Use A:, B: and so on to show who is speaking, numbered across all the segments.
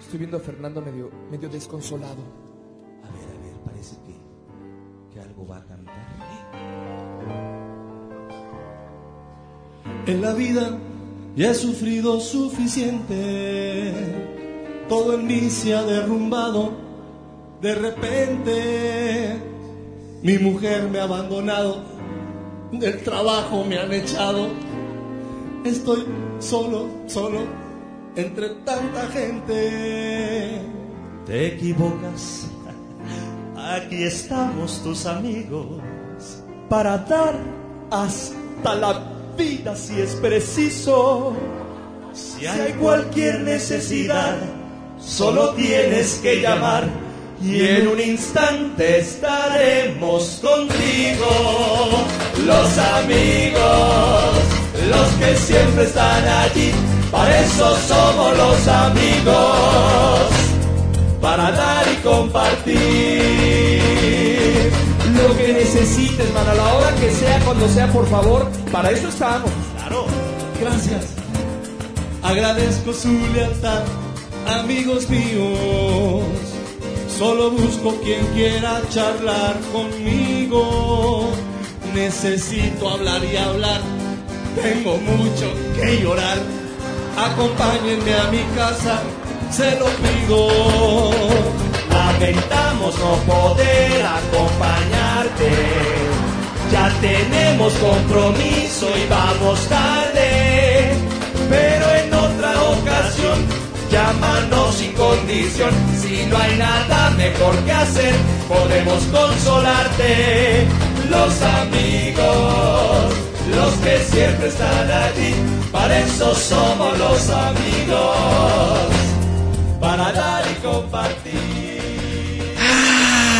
A: Estoy viendo a Fernando medio, medio desconsolado.
B: A ver, a ver, parece que, que algo va a cantar.
C: En la vida ya he sufrido suficiente, todo en mí se ha derrumbado. De repente, mi mujer me ha abandonado, del trabajo me han echado. Estoy solo, solo, entre tanta gente.
B: Te equivocas, aquí estamos tus amigos para dar hasta la vida si es preciso. Si hay cualquier necesidad, solo tienes que llamar y en un instante estaremos contigo. Los amigos, los que siempre están allí, para eso somos los amigos, para dar y compartir.
A: Lo que necesites, man, a la hora que sea, cuando sea, por favor, para este eso estamos.
B: Claro,
C: Gracias. Agradezco su lealtad, amigos míos. Solo busco quien quiera charlar conmigo. Necesito hablar y hablar. Tengo mucho que llorar. Acompáñenme a mi casa, se lo pido.
B: lamentamos no poder acompañarte. Ya tenemos compromiso y vamos tarde, pero en otra ocasión llámanos sin condición. Si no hay nada mejor que hacer, podemos consolarte. Los amigos, los que siempre están allí, para eso somos los amigos para dar y compartir.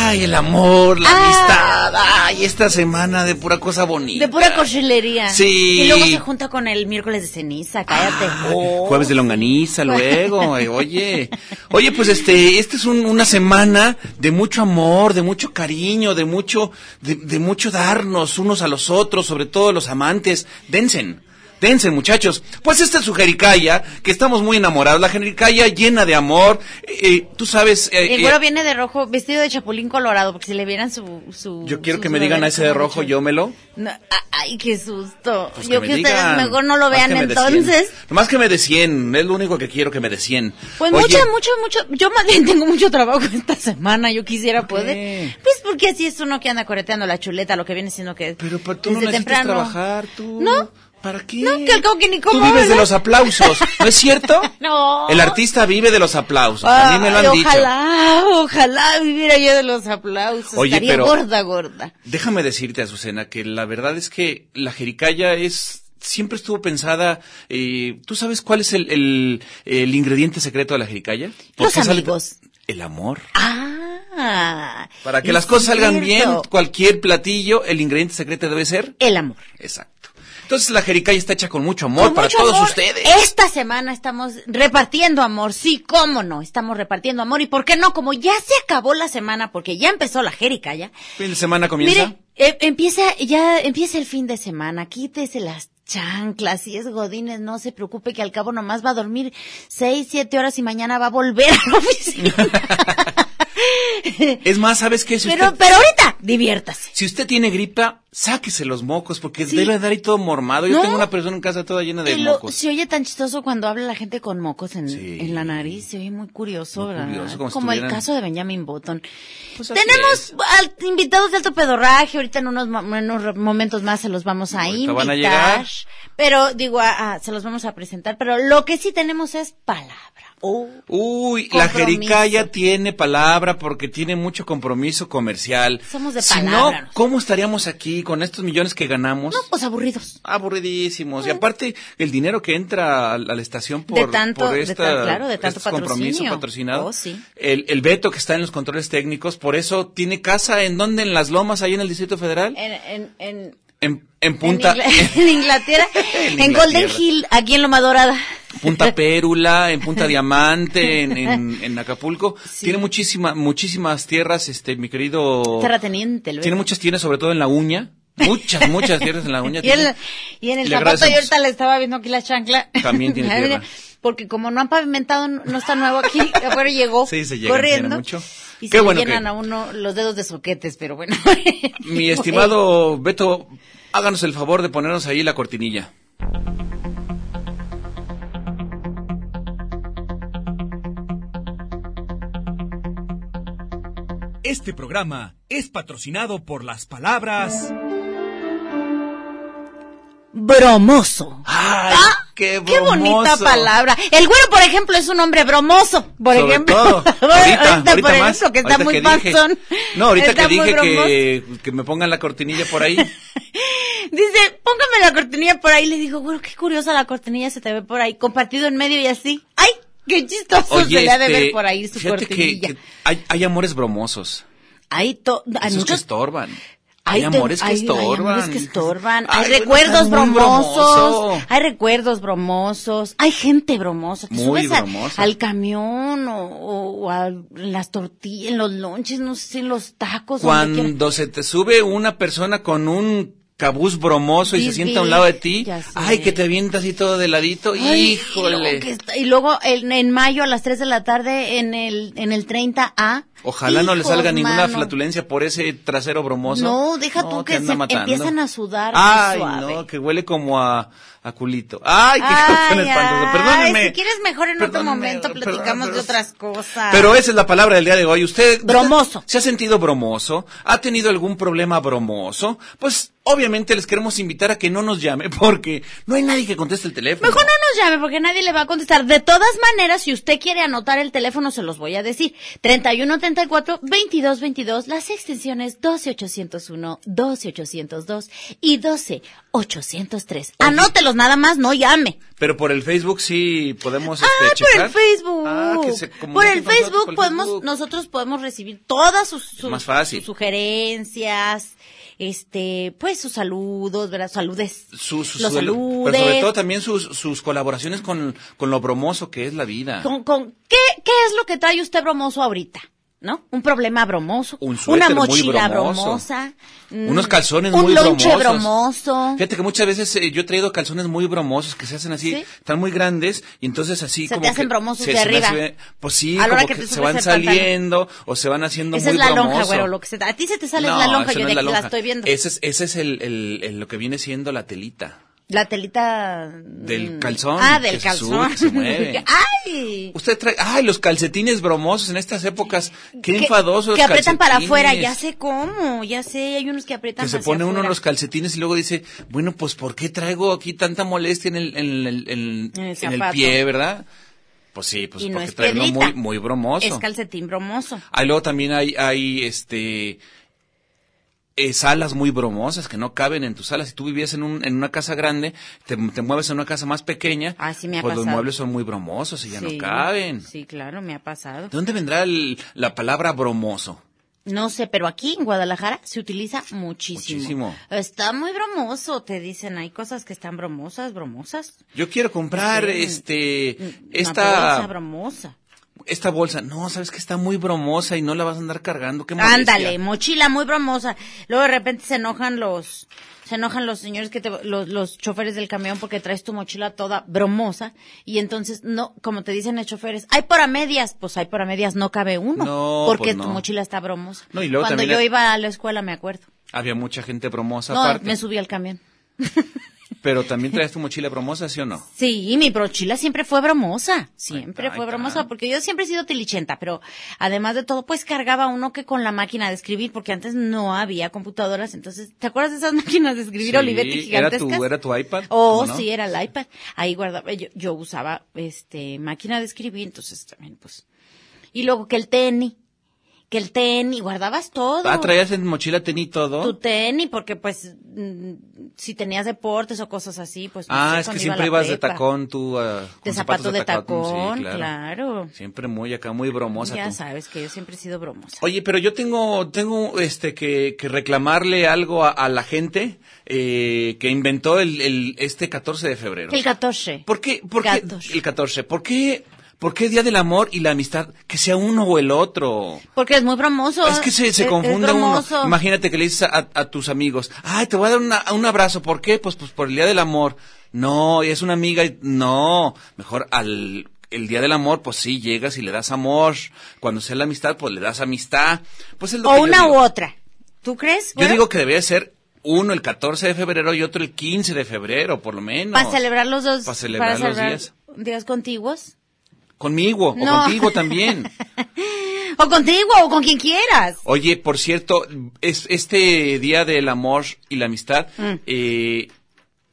D: Ay, el amor, la
E: Ah.
D: amistad. Ay, esta semana de pura cosa bonita.
E: De pura cochilería.
D: Sí. Ah,
E: Y luego se junta con el miércoles de ceniza, cállate. Oh.
D: Jueves de longaniza, luego, eh, oye. Oye, pues este, esta es un- una semana de mucho amor, de mucho cariño, de mucho, de, de mucho darnos unos a los otros, sobre todo los amantes. Densen. Dense, muchachos. Pues esta es su jericaya, que estamos muy enamorados. La jericaya llena de amor. Eh, eh, tú sabes. eh,
E: El
D: eh,
E: güero viene de rojo, vestido de chapulín colorado, porque si le vieran su... su
D: yo quiero
E: su
D: que me digan
E: sudadera,
D: a ese de
E: como
D: rojo,
E: dicho.
D: yo me lo.
E: No, a- ay, qué susto.
D: Pues
E: Yo
D: me
E: que, ustedes
D: digan.
E: mejor no lo
D: Más
E: vean
D: que me decían.
E: entonces.
D: Nomás que me decían, es lo único que quiero que me decían.
E: Pues
D: Oye,
E: mucho, mucho, mucho. Yo más bien tengo mucho trabajo esta semana. Yo quisiera poder.
D: qué?
E: Pues porque así es uno que anda correteando la chuleta, lo que viene siendo que.
D: Pero, pero tú no
E: desde
D: necesitas
E: temprano.
D: trabajar, tú.
E: No.
D: ¿Para qué?
E: No, que al cabo que ni como,
D: Tú vives
E: ¿verdad?
D: de los aplausos, ¿no es cierto?
E: No.
D: El artista vive de los aplausos, Pues a mí me lo han
E: Ay,
D: dicho.
E: Ojalá, ojalá viviera yo de los aplausos.
D: Oye,
E: Estaría
D: pero-
E: gorda, gorda.
D: Déjame decirte, Azucena, que la verdad es que la jericaya es siempre estuvo pensada. eh, ¿Tú sabes cuál es el, el, el ingrediente secreto de la jericaya? ¿Por
E: Los
D: qué sale-
E: amigos.
D: El amor.
E: Ah.
D: Para que
E: es
D: las cosas salgan bien,
E: cierto.
D: cualquier platillo, el ingrediente secreto debe ser
E: El amor.
D: Exacto. Entonces la jericaya está hecha con mucho amor
E: Con
D: para
E: mucho
D: todos
E: amor, Eh,
D: ustedes.
E: Esta semana estamos repartiendo amor, sí, cómo no, estamos repartiendo amor. ¿Y por qué no? Como ya se acabó la semana, porque ya empezó la jericaya.
D: Fin de semana comienza.
E: Mire, eh, empieza, ya empieza el fin de semana, quítese las chanclas, si es Godínez, no se preocupe que al cabo nomás va a dormir seis, siete horas y mañana va a volver a la oficina.
D: Es más, ¿sabes qué? Si,
E: pero,
D: usted,
E: pero ahorita, diviértase.
D: si usted tiene gripa, sáquese los mocos porque
E: Sí.
D: debe andar ahí todo mormado. Yo
E: No.
D: tengo una persona en casa toda llena de
E: Y lo-
D: mocos.
E: se oye tan chistoso cuando habla la gente con mocos en,
D: Sí.
E: en la nariz, se oye muy curioso,
D: Muy
E: ¿verdad?
D: curioso, como si
E: el
D: tuvieran-
E: caso de Benjamin Button.
D: Pues así
E: Tenemos
D: es.
E: al- invitados de alto pedorraje, ahorita en unos, mo- en unos momentos más se los vamos a
D: Ahorita
E: invitar.
D: van a llegar.
E: Pero digo, a- a- se los vamos a presentar, pero lo que sí tenemos es palabra. Uh.
D: Uy, la
E: Compromiso.
D: jericaya tiene palabra porque tiene mucho compromiso comercial.
E: Somos de
D: si no,
E: palabra.
D: ¿cómo estaríamos aquí con estos millones que ganamos?
E: No, pues aburridos.
D: Aburridísimos. Y aparte, el dinero que entra a la estación por,
E: De tanto-
D: por
E: de
D: esta,
E: tan- claro, de tanto
D: estos compromisos
E: patrocinio.
D: patrocinado.
E: Oh, sí.
D: el, el veto que está en los controles técnicos, por eso tiene casa en donde, en las lomas, ahí en el Distrito Federal,
E: En, en, en,
D: en, en Punta,
E: Eh, en Ingla- en Inglaterra.
D: En
E: en
D: Inglaterra.
E: Golden Hill, aquí en Loma Dorada.
D: Punta Pérula, en Punta Diamante, en, en- en Acapulco.
E: Sí.
D: Tiene muchísima, muchísimas tierras, este, mi querido.
E: Terrateniente, el
D: Tiene
E: Beto.
D: muchas tierras, sobre todo en la uña. Muchas, muchas tierras en la uña.
E: Y,
D: tiene.
E: el- y en el zapato,
D: Le
E: yo
D: agradecemos.
E: ahorita le estaba viendo aquí la chancla.
D: También tiene
E: Mira,
D: tierra.
E: Porque como no han pavimentado, no no está nuevo aquí, afuera llegó
D: Sí, se llegan,
E: corriendo.
D: llegan mucho.
E: Y
D: Qué
E: se
D: bueno
E: le llenan
D: que-
E: a uno los dedos de soquetes, pero bueno.
D: Mi estimado Beto, háganos el favor de ponernos ahí la cortinilla.
F: Este programa es patrocinado por las palabras.
E: Bromoso.
D: ¡Ay! ¡Qué,
E: Ah, Qué bonita
D: bromoso!
E: palabra. El güero, por ejemplo, es un hombre bromoso, por
D: Sobre
E: ejemplo.
D: todo,
E: Ahora- por
D: más,
E: ejemplo, que está
D: ahorita
E: muy
D: dije-
E: panzón.
D: No, ahorita
E: Está
D: que
E: muy
D: dije
E: bromoso.
D: que, que me pongan la cortinilla por ahí.
E: Dice, póngame la cortinilla por ahí. Le digo, güero, qué curiosa la cortinilla se te ve por ahí, compartido en medio y así. ¡Ay! ¡Qué chistoso se le ha de
D: este,
E: ver por ahí su
D: fíjate que-
E: cortinilla!
D: que hay, hay amores bromosos.
E: Hay to- hay
D: esos que
E: muchos-
D: estorban.
E: hay
D: Hay,
E: te-
D: amores que
E: hay-
D: estorban.
E: Hay amores que estorban.
D: Ay,
E: Hay
D: bueno,
E: recuerdos
D: estás muy
E: bromosos.
D: bromoso.
E: Hay recuerdos bromosos. Hay gente bromosa. Te
D: Muy
E: subes a-
D: bromosa.
E: al camión o, o- o a las tortillas, en los lonches, no sé, en los tacos. Pues donde quiera.
D: Cuando se te sube una persona con un cabuz bromoso y se
E: Bis,
D: sienta a un
E: bis.
D: lado de ti,
E: Ya sé.
D: ay, que te avienta así todo de ladito,
E: Ay, Y
D: híjole.
E: luego, que está- y luego en, en mayo a las 3 de la tarde en el, en el 30A.
D: Ojalá no le
E: Hijos,
D: salga ninguna
E: mano.
D: flatulencia por ese trasero bromoso.
E: No, deja tú
D: te
E: que
D: anda
E: se empiezan a sudar
D: Ay,
E: suave.
D: no, que huele como a, a culito. Ay, qué
E: Ay,
D: cosa tan espantosa.
E: ay,
D: Perdónenme.
E: si quieres mejor en otro
D: Perdónenme,
E: momento platicamos
D: perdónenme.
E: de otras cosas.
D: ah, Pero esa es la palabra del día de hoy. Usted.
E: Bromoso.
D: ¿Se ha sentido bromoso? ¿Ha tenido algún problema bromoso? Pues obviamente les queremos invitar a que no nos llame porque no hay nadie que conteste el teléfono.
E: Mejor no nos llame porque nadie le va a contestar. De todas maneras, si usted quiere anotar el teléfono, se los voy a decir. 31 34 22 22, las extensiones 12 801, 12 802 y 12 803. Anótelos nada más, no llame.
D: Pero por el Facebook sí podemos
E: Ah,
D: este,
E: por
D: checar.
E: el Facebook.
D: Ah, que se
E: por
D: comuniquen
E: el
D: con nosotros
E: Facebook
D: por el
E: podemos,
D: Facebook.
E: nosotros podemos recibir todas sus, sus-
D: más fácil.
E: sus sugerencias, este, pues sus saludos, ¿verdad? Saludes.
D: Su- su-
E: los
D: su-
E: saludes.
D: Pero sobre todo también sus, sus colaboraciones con, con lo bromoso que es la vida.
E: con, con ¿qué, qué es lo que trae usted bromoso ahorita? ¿No? Un problema bromoso.
D: Un
E: una
D: suéter muy
E: mochila
D: bromoso.
E: bromosa. mm,
D: Unos calzones
E: un
D: muy bromosos.
E: lonche bromoso.
D: Fíjate que muchas veces eh, yo he traído calzones muy bromosos que se hacen así,
E: ¿Sí?
D: están muy grandes y entonces así
E: Se te
D: como
E: hacen
D: que
E: bromosos de
D: se me
E: arriba.
D: hace- pues sí,
E: A la hora
D: como
E: que
D: que,
E: te
D: se
E: subes
D: van
E: el pantalón.
D: saliendo o se van haciendo
E: Esa es
D: muy
E: la lonja,
D: bromoso.
E: güero, lo que se A ti se te sale
D: No,
E: es la lonja,
D: eso
E: yo
D: no
E: de
D: es la
E: aquí la
D: lonja.
E: estoy viendo.
D: Ese es, ese es el, el- el- lo que viene siendo la telita.
E: La telita
D: Del
E: mm,
D: calzón,
E: Ah,
D: que
E: del
D: se
E: calzón.
D: sube, que se mueve.
E: Ay.
D: Usted trae, ay, los calcetines bromosos en estas épocas, qué
E: Que-
D: enfadosos
E: Que aprietan para
D: calcetines.
E: afuera, ya sé cómo, ya sé, hay unos que aprietan
D: Que se
E: hacia
D: pone uno en
E: afuera.
D: los calcetines y luego dice, bueno, pues ¿por qué traigo aquí tanta molestia en el, en el, en-
E: En el
D: en el
E: zapato.
D: pie, verdad? Pues sí, pues
E: Y no
D: porque
E: es
D: trae uno
E: piedrita.
D: muy, muy bromoso.
E: Es calcetín bromoso.
D: Ahí luego también hay, hay este eh, salas muy bromosas que no caben en tus salas. Si tú vivías en, un- en una casa grande, te, te mueves a una casa más pequeña,
E: Ah, sí me ha
D: pues los
E: pasado.
D: muebles son muy bromosos y ya
E: Sí,
D: no caben.
E: Sí, claro, me ha pasado.
D: ¿De dónde vendrá el- la palabra bromoso?
E: No sé, pero aquí en Guadalajara se utiliza muchísimo.
D: Muchísimo.
E: Está muy bromoso, te dicen. Hay cosas que están bromosas, bromosas.
D: Yo quiero comprar
E: No sé,
D: este
E: Una
D: esta
E: bolsa bromosa.
D: esta bolsa, no, sabes que está muy bromosa y no la vas a andar cargando. Qué molestia.
E: Ándale, mochila muy bromosa. Luego de repente se enojan los, se enojan los señores que te, los, los choferes del camión porque traes tu mochila toda bromosa y entonces no, como te dicen los choferes, hay por a medias, pues hay por a medias, no cabe uno,
D: No,
E: porque
D: pues no.
E: tu mochila está bromosa.
D: No, y luego
E: Cuando
D: también
E: yo
D: es-
E: iba a la escuela me acuerdo.
D: Había mucha gente bromosa
E: No,
D: aparte.
E: me subí al camión.
D: Pero también traes tu mochila bromosa, ¿sí o no?
E: Sí, mi brochila siempre fue bromosa, siempre
D: Ahí está,
E: fue
D: ahí
E: bromosa,
D: está.
E: porque yo siempre he sido tilichenta, pero además de todo, pues cargaba uno que con la máquina de escribir, porque antes no había computadoras, entonces, ¿te acuerdas de esas máquinas de escribir
D: Sí,
E: Olivetti
D: era
E: gigantescas?
D: tu, era tu iPad.
E: Oh,
D: ¿cómo no?
E: sí, era el iPad. Ahí guardaba, yo, yo usaba, este, máquina de escribir, entonces también, pues. Y luego que el tenis, que el tenis, guardabas todo.
D: Ah, traías en mochila tenis
E: tu
D: todo.
E: tenis, porque pues, mm, si tenías deportes o cosas así, pues. no
D: Ah,
E: sé,
D: es que
E: cuando iba a
D: siempre
E: la
D: ibas de
E: prepa.
D: tacón tú. ah, con
E: De
D: zapatos
E: zapato de tacón,
D: sí,
E: claro.
D: Siempre muy acá, muy bromosa
E: Ya
D: tú.
E: sabes que yo siempre he sido bromosa.
D: Oye, pero yo tengo, tengo este que, que reclamarle algo a, a la gente eh, que inventó el, el- este 14 de febrero.
E: El 14.
D: ¿Por qué? por qué-
E: 14.
D: El 14. ¿Por qué? ¿Por qué Día del Amor y la Amistad? Que sea uno o el otro.
E: Porque es muy bromoso.
D: Es que se, se
E: Es-
D: confunde
E: es
D: uno.
E: bromoso.
D: Imagínate que le dices a, a tus amigos, ay, te voy a dar una- un abrazo. ¿Por qué? Pues, pues por el Día del Amor. No, y es una amiga. y- No, mejor al el Día del Amor, pues sí, llegas y le das amor. Cuando sea la amistad, pues le das amistad. Pues es lo que
E: O
D: yo
E: una
D: digo.
E: u otra. ¿Tú crees?
D: Yo digo que debería ser uno el 14 de febrero y otro el 15 de febrero, por lo menos.
E: Para celebrar los dos.
D: Pa' celebrar
E: para
D: los días.
E: días contiguos.
D: Conmigo o
E: No.
D: contigo también.
E: O contigo, o con quien quieras.
D: Oye, por cierto, es, este Día del Amor y la Amistad
E: Mm.
D: eh,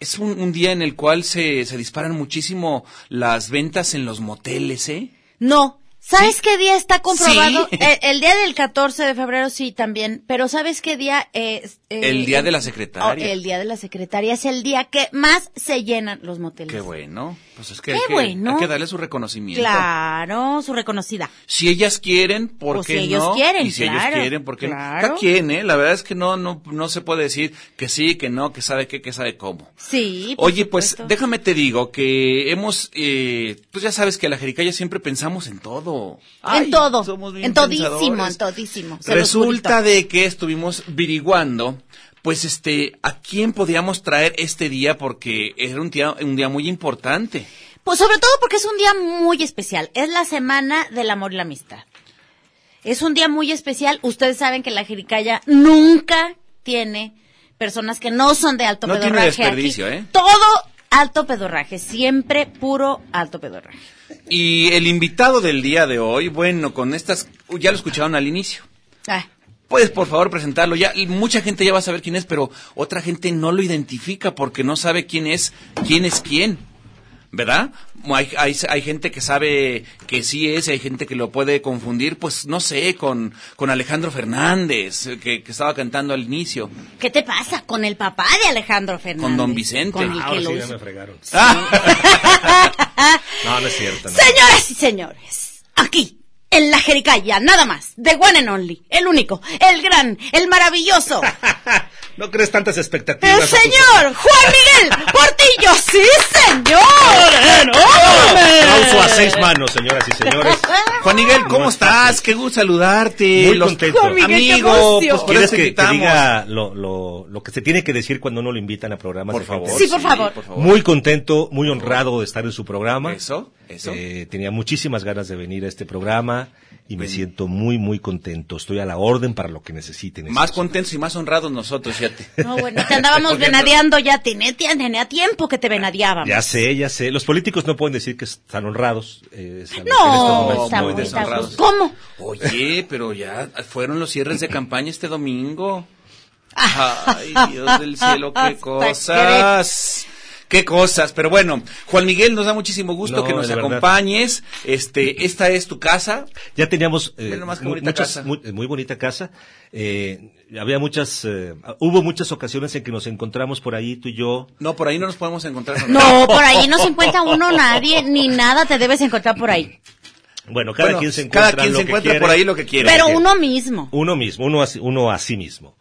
D: es un, un día en el cual se, se disparan muchísimo las ventas en los moteles, ¿eh?
E: No. ¿Sabes qué día está comprobado?
D: Sí.
E: El, el día del 14 de febrero sí también, pero ¿sabes qué día es? eh,
D: El día de la
E: Oh,
D: secretaria.
E: el día de la secretaria es el día que más se llenan los moteles.
D: Qué bueno. Pues es que,
E: Qué
D: hay, que
E: bueno.
D: hay que darle su reconocimiento.
E: Claro, su reconocida.
D: Si ellas quieren, ¿por
E: Pues
D: qué
E: si ellos
D: no?
E: quieren,
D: y si
E: claro,
D: ellos quieren, ¿por qué no?
E: claro.
D: Cada quien, ¿eh? La verdad es que no, no, no se puede decir que sí, que no, que sabe qué, que sabe cómo.
E: Sí. por
D: Oye, pues
E: supuesto.
D: déjame te digo que hemos, eh, pues ya sabes que a la Jericaya siempre pensamos en todo. Ay,
E: en todo.
D: somos bien
E: en todísimo,
D: pensadores.
E: en todísimo. se los
D: Resulta
E: jurito.
D: de que estuvimos averiguando, pues este, a quién podíamos traer este día porque era un día, un día muy importante.
E: Pues sobre todo porque es un día muy especial. Es la semana del amor y la amistad. Es un día muy especial. Ustedes saben que la Jericaya nunca tiene personas que no son de alto
D: No tiene
E: pedorraje. aquí.
D: desperdicio, ¿eh?
E: Todo alto pedorraje. Siempre puro alto pedorraje.
D: Y el invitado del día de hoy, bueno, con estas, ya lo escucharon al inicio.
E: Ah,
D: Puedes por favor presentarlo. Ya y mucha gente ya va a saber quién es, pero otra gente no lo identifica porque no sabe quién es, quién es quién. ¿Verdad? Hay, hay, hay gente que sabe que sí es, hay gente que lo puede confundir, pues no sé, con, con Alejandro Fernández, eh, que, que estaba cantando al inicio,
E: ¿Qué te pasa con el papá de Alejandro Fernández?
D: con Don Vicente.
E: Con el que
G: Ahora
E: lo
G: sí ya
E: hizo.
G: me fregaron.
D: Ah,
G: No, no es cierto. no.
E: Señoras y señores, aquí, en la Jericaya, nada más, The One and Only, el único, el gran, el maravilloso,
G: No crees tantas expectativas.
E: el
G: a tus-
E: señor Juan Miguel Portillo, sí señor.
G: Aplauso a seis manos, señoras y señores.
D: Juan Miguel, ¿cómo
G: No está
D: estás? Qué gusto saludarte.
G: Muy contento. Juan
E: Miguel, qué
D: Amigo,
E: emoción.
D: pues por
G: ¿Quieres
D: eso te
G: que, te
D: invitamos.
G: diga lo, lo, lo que se tiene que decir cuando uno lo invitan a programas?
D: Por
G: de gente?
D: favor.
E: Sí, por favor.
G: Muy contento, muy honrado de estar en su programa.
D: Eso, eso.
G: Eh, tenía muchísimas ganas de venir a este programa y me siento muy, muy contento. Estoy a la orden para lo que necesiten.
D: Más contentos y más honrados nosotros, fíjate.
E: No, bueno, te andábamos
D: Porque no-
E: venadeando ya, tiene, tiene a tiempo que te venadeábamos.
G: Ya sé, ya sé. Los políticos no pueden decir que están honrados. eh, están- en estos
E: No,
G: momentos
D: muy
E: estamos,
G: muy
E: estamos-
D: deshonrados.
E: ¿Cómo?
D: Oye, pero ya fueron los cierres de campaña este domingo. Ay, Dios del cielo, qué
E: Hasta
D: cosas. Qué cosas, pero bueno, Juan Miguel, nos da muchísimo gusto
G: No,
D: que nos
G: de verdad.
D: acompañes. Este, esta es tu casa.
G: Ya teníamos eh,
D: Ve nomás qué
G: mu-
D: bonita
G: muchas-
D: casa.
G: mu- eh, muy bonita casa. Eh, había muchas, eh, hubo muchas ocasiones en que nos encontramos por ahí tú y yo.
D: No, por ahí no nos podemos encontrar.
E: No, por ahí no se encuentra uno nadie, ni nada te debes encontrar por ahí.
G: Bueno, cada
D: Bueno,
G: quien se encuentra,
D: cada quien
G: lo
D: se
G: que
D: encuentra
G: quiere.
D: por ahí lo que quiere.
E: Pero uno mismo.
G: Uno mismo, uno a, sí- uno a sí mismo.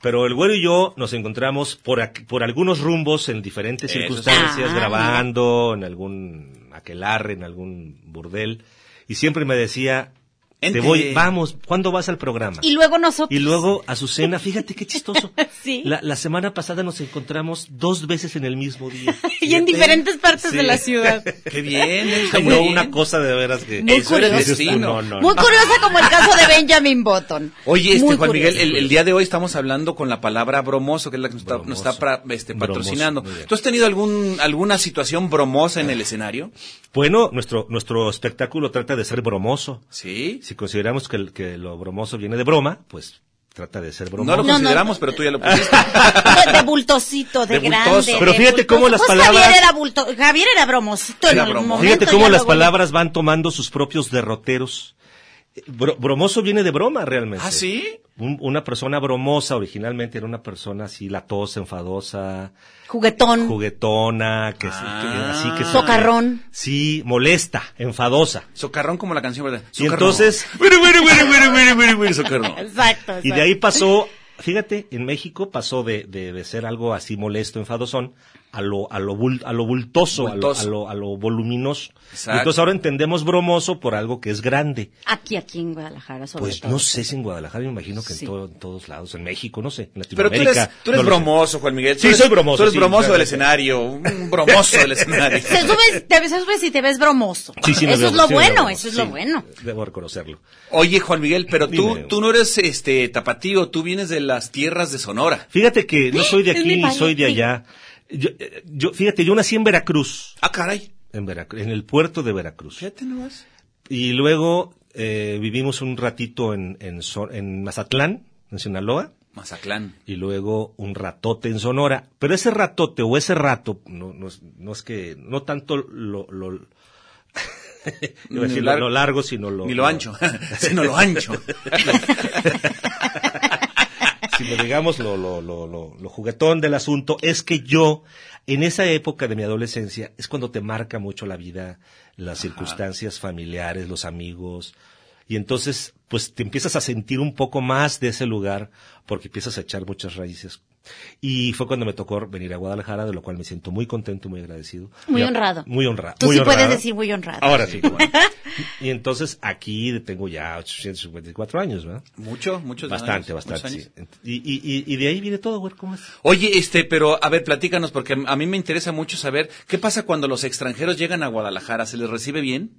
G: Pero el güero y yo nos encontramos por, ac- por algunos rumbos en diferentes
D: Eso
G: circunstancias,
E: sí. Ah,
G: grabando en algún aquelarre, en algún burdel. Y siempre me decía,
D: Ente.
G: Te voy, vamos, ¿cuándo vas al programa?
E: Y luego nosotros.
G: Y luego Azucena, fíjate qué chistoso.
E: Sí.
G: La, la semana pasada nos encontramos dos veces en el mismo día.
E: Y en diferentes partes de la ciudad.
D: Qué bien, está muy
G: No,
D: bien.
G: ¿eh? una cosa de veras que...
E: Muy
D: Eso era
E: curioso.
D: destino.
G: No, no,
E: Muy curiosa como el caso de Benjamin Button.
D: Oye, este,
E: Muy
D: Juan Miguel,
E: curiosa.
D: el, el día de hoy estamos hablando con la palabra bromoso, que es la que nos está, nos está pra- este,
G: Bromoso,
D: patrocinando.
G: muy bien.
D: ¿Tú has tenido algún, alguna situación bromosa en el escenario?
G: Bueno, nuestro, nuestro espectáculo trata de ser bromoso.
D: Sí.
G: Si consideramos que, el- que lo bromoso viene de broma, pues trata de ser bromoso.
D: No lo
E: No, no,
D: consideramos,
E: no.
D: pero tú ya lo pusiste.
E: De bultosito, de,
D: De bultoso.
E: grande.
G: Pero
E: de
G: fíjate cómo
E: bultoso.
G: las
E: Pues
G: palabras-
E: Javier era, bulto... Javier era bromosito en
D: Era
E: algún
D: bromoso.
E: momento,
G: Fíjate cómo
E: ya
G: las
E: luego-
G: palabras van tomando sus propios derroteros. Bro- bromoso viene de broma realmente.
D: ¿Ah, sí?
G: Un- una persona bromosa originalmente era una persona así latosa, enfadosa,
E: Juguetón.
G: juguetona, que, se-
D: Ah.
G: que- así que se-
E: Socarrón.
G: Sí, molesta, enfadosa.
D: Socarrón como la canción, ¿verdad?
G: Y entonces-
D: Wiri, wiri, wiri, wiri, wiri, wiri, wiri, socarrón.
E: Exacto,
G: Y
E: exacto.
G: de ahí pasó, fíjate, en México pasó de, de, de ser algo así molesto, enfadosón, a lo, a lo, bul- a lo bultoso, a lo,
D: Bultoso.
G: a lo, a lo voluminoso.
D: Exacto.
G: Y Entonces ahora entendemos bromoso por algo que es grande.
E: Aquí, aquí en Guadalajara, sobre
G: Pues
E: todo.
G: no sé si en Guadalajara, me imagino que
E: Sí.
G: en, todo- en todos lados, en México, no sé, en
D: Pero tú
G: Latinoamérica.
D: eres, tú eres
G: no lo sé.
D: bromoso, Juan Miguel. Tú
G: Sí,
D: eres-
G: soy bromoso,
D: Tú eres
G: sí,
D: bromoso del
G: claro.
D: escenario. Un bromoso del escenario.
E: Se subes, te se subes y te ves bromoso.
G: Sí, sí, me
E: eso
G: veo-
E: es lo
G: sí me veo
E: bueno,
G: bromoso,
E: eso es
G: sí,
E: lo bueno.
G: Debo reconocerlo.
D: Oye, Juan Miguel, pero tú,
G: Dime.
D: tú no eres este tapatío, tú vienes de las tierras de Sonora.
G: Fíjate que no soy de
E: Es mi
G: aquí,
E: pariente.
G: soy de allá. Yo, eh, yo- fíjate, yo nací en Veracruz,
D: Ah, caray.
G: en Veracruz, en el puerto de Veracruz.
D: Fíjate nomás.
G: Y luego eh, vivimos un ratito en, en, So- en Mazatlán, en Sinaloa,
D: Mazatlán.
G: y luego un ratote en Sonora. Pero ese ratote o ese rato, no, no, es, no es que, no tanto lo... lo- iba a
D: Ni
G: decir
D: lo
G: lo,
D: largo-
G: lo largo, sino lo...
D: Ni lo ancho, sino lo ancho.
G: sino digamos lo, lo, lo, lo, lo juguetón del asunto, es que yo, en esa época de mi adolescencia, es cuando te marca mucho la vida, las circunstancias familiares, los amigos, y entonces, pues te empiezas a sentir un poco más de ese lugar, porque empiezas a echar muchas raíces. Y fue cuando me tocó venir a Guadalajara, de lo cual me siento muy contento, muy agradecido.
E: Muy
G: Ya-
E: honrado.
G: Muy honrado.
E: Tú
G: muy
E: sí puedes
G: honrado.
E: decir muy honrado.
G: Ahora sí. cómo no. y entonces aquí tengo ya 854 años, ¿verdad?
D: Mucho, muchos
G: Bastante,
D: años,
G: bastante.
D: muchos
G: sí.
D: años.
G: Ent- Y, y, y, y de ahí viene todo, güey, ¿cómo es?
D: Oye, este, pero a ver, platícanos, porque a mí me interesa mucho saber qué pasa cuando los extranjeros llegan a Guadalajara. ¿Se les recibe bien?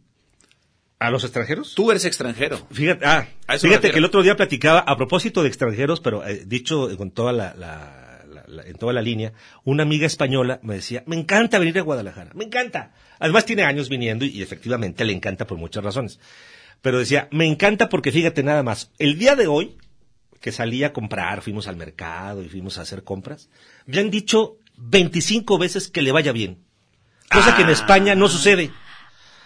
G: ¿A los extranjeros?
D: Tú eres extranjero.
G: Fíjate, ah,
D: A eso me
G: fíjate
D: refiero.
G: que el otro día platicaba a propósito de extranjeros, pero eh, dicho con toda la, la- la- la- en toda la línea, una amiga española me decía, me encanta venir a Guadalajara, me encanta. Además tiene años viniendo y, y efectivamente le encanta por muchas razones. Pero decía, me encanta porque fíjate nada más, el día de hoy que salí a comprar, fuimos al mercado y fuimos a hacer compras, me han dicho 25 veces que le vaya bien. Cosa que en España no sucede.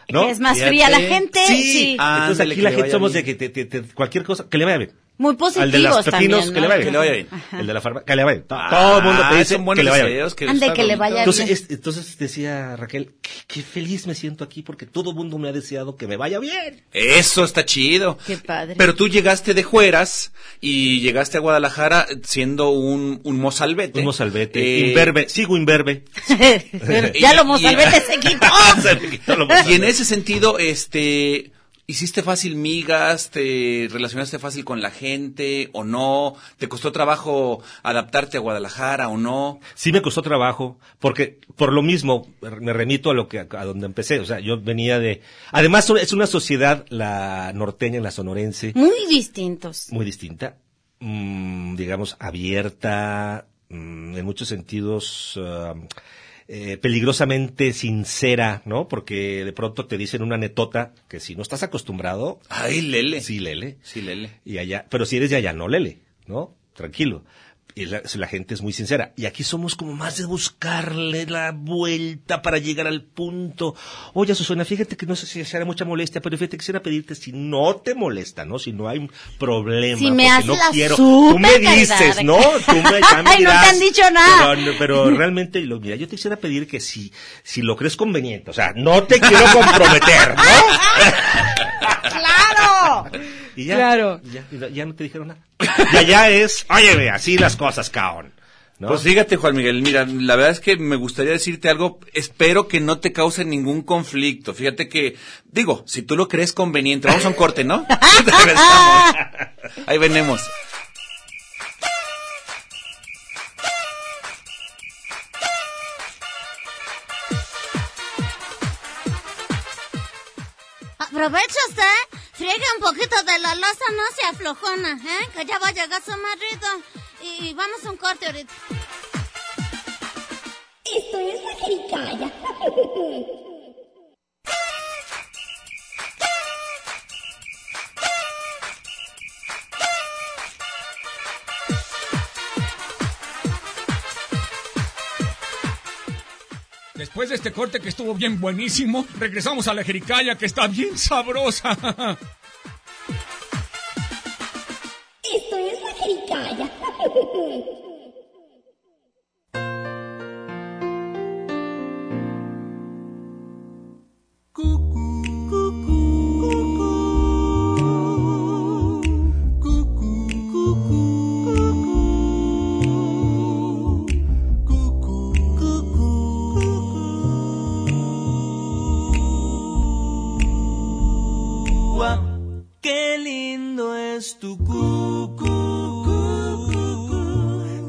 G: ¿no?
E: Que es más fría la
D: Ah. Fíjate.
E: gente,
G: Sí, Ah,
E: sí.
G: entonces
D: Ándale,
G: aquí
D: que
G: la
D: le
G: gente
D: vaya
G: somos
D: bien.
G: de que te- te- te- cualquier cosa, que le vaya bien.
E: Muy
G: Al de las
E: positivos
G: pepinos,
E: también,
G: que le
E: ¿no?
G: vaya bien.
D: Que le vaya bien.
G: El de la farmacia, que le vaya bien. To-
D: Ah,
G: Todo el mundo te dice
D: son buenos
G: que le vaya bien.
D: deseos, que
E: Ande,
D: está
E: que le
D: bonito.
E: vaya
G: Entonces,
E: bien.
G: es- entonces decía Raquel, qué, qué feliz me siento aquí porque todo el mundo me ha deseado que me vaya bien.
D: Eso está chido.
E: Qué padre.
D: Pero tú llegaste de Jueras y llegaste a Guadalajara siendo un, un mozalbete.
G: Un mozalbete,
D: Eh,
G: imberbe, sigo imberbe.
E: ya lo mozalbete se quitó.
D: Se quitó lo mozalbete. y en ese sentido, este, hiciste fácil migas, te relacionaste fácil con la gente o no, te costó trabajo adaptarte a Guadalajara o no.
G: Sí me costó trabajo, porque por lo mismo me remito a lo que a donde empecé, o sea, yo venía de además es una sociedad la norteña, la sonorense,
E: Muy distintos.
G: muy distinta, mm, digamos, abierta, mm, en muchos sentidos ah, eh, peligrosamente sincera, ¿no? Porque de pronto te dicen una anetota que si no estás acostumbrado,
D: Ay, Lele.
G: sí lele,
D: Sí, Lele.
G: y allá, pero si eres de allá, no lele, ¿no? Tranquilo. Y la, la gente es muy sincera. Y aquí somos como más de buscarle la vuelta para llegar al punto. Oye, Susana, fíjate que no sé si será mucha molestia, pero fíjate, quisiera pedirte si no te molesta, ¿no? Si no hay un problema.
E: Si me
G: porque
E: haces
G: no
E: la
G: quiero.
E: súper
G: Tú me
E: caridad.
G: dices, ¿no? Tú me, ya me
E: Ay, no te
G: dirás.
E: han dicho nada.
G: Pero, pero realmente, lo, mira, yo te quisiera pedir que si, si lo crees conveniente, o sea, no te quiero comprometer, ¿no?
E: ¡Claro!
G: Y ya,
E: Claro.
G: y Ya, y ya no te dijeron nada. Y allá es, óyeme, así las cosas, caón. ¿no?
D: Pues fíjate, Juan Miguel, mira, la verdad es que me gustaría decirte algo, espero que no te cause ningún conflicto. Fíjate que, digo, si tú lo crees conveniente, vamos a un corte, ¿no? Regresamos. Ahí venimos.
H: Aprovecha usted, friegue un poquito de la losa, no se aflojona, ¿eh? Que ya va a llegar su marido. Y, y vamos a un corte ahorita.
I: Esto es la jericaya.
J: Después de este corte que estuvo bien buenísimo, regresamos a la jericaya que está bien sabrosa.
I: Esto es la jericaya.
B: Guau, qué lindo es tu cucu,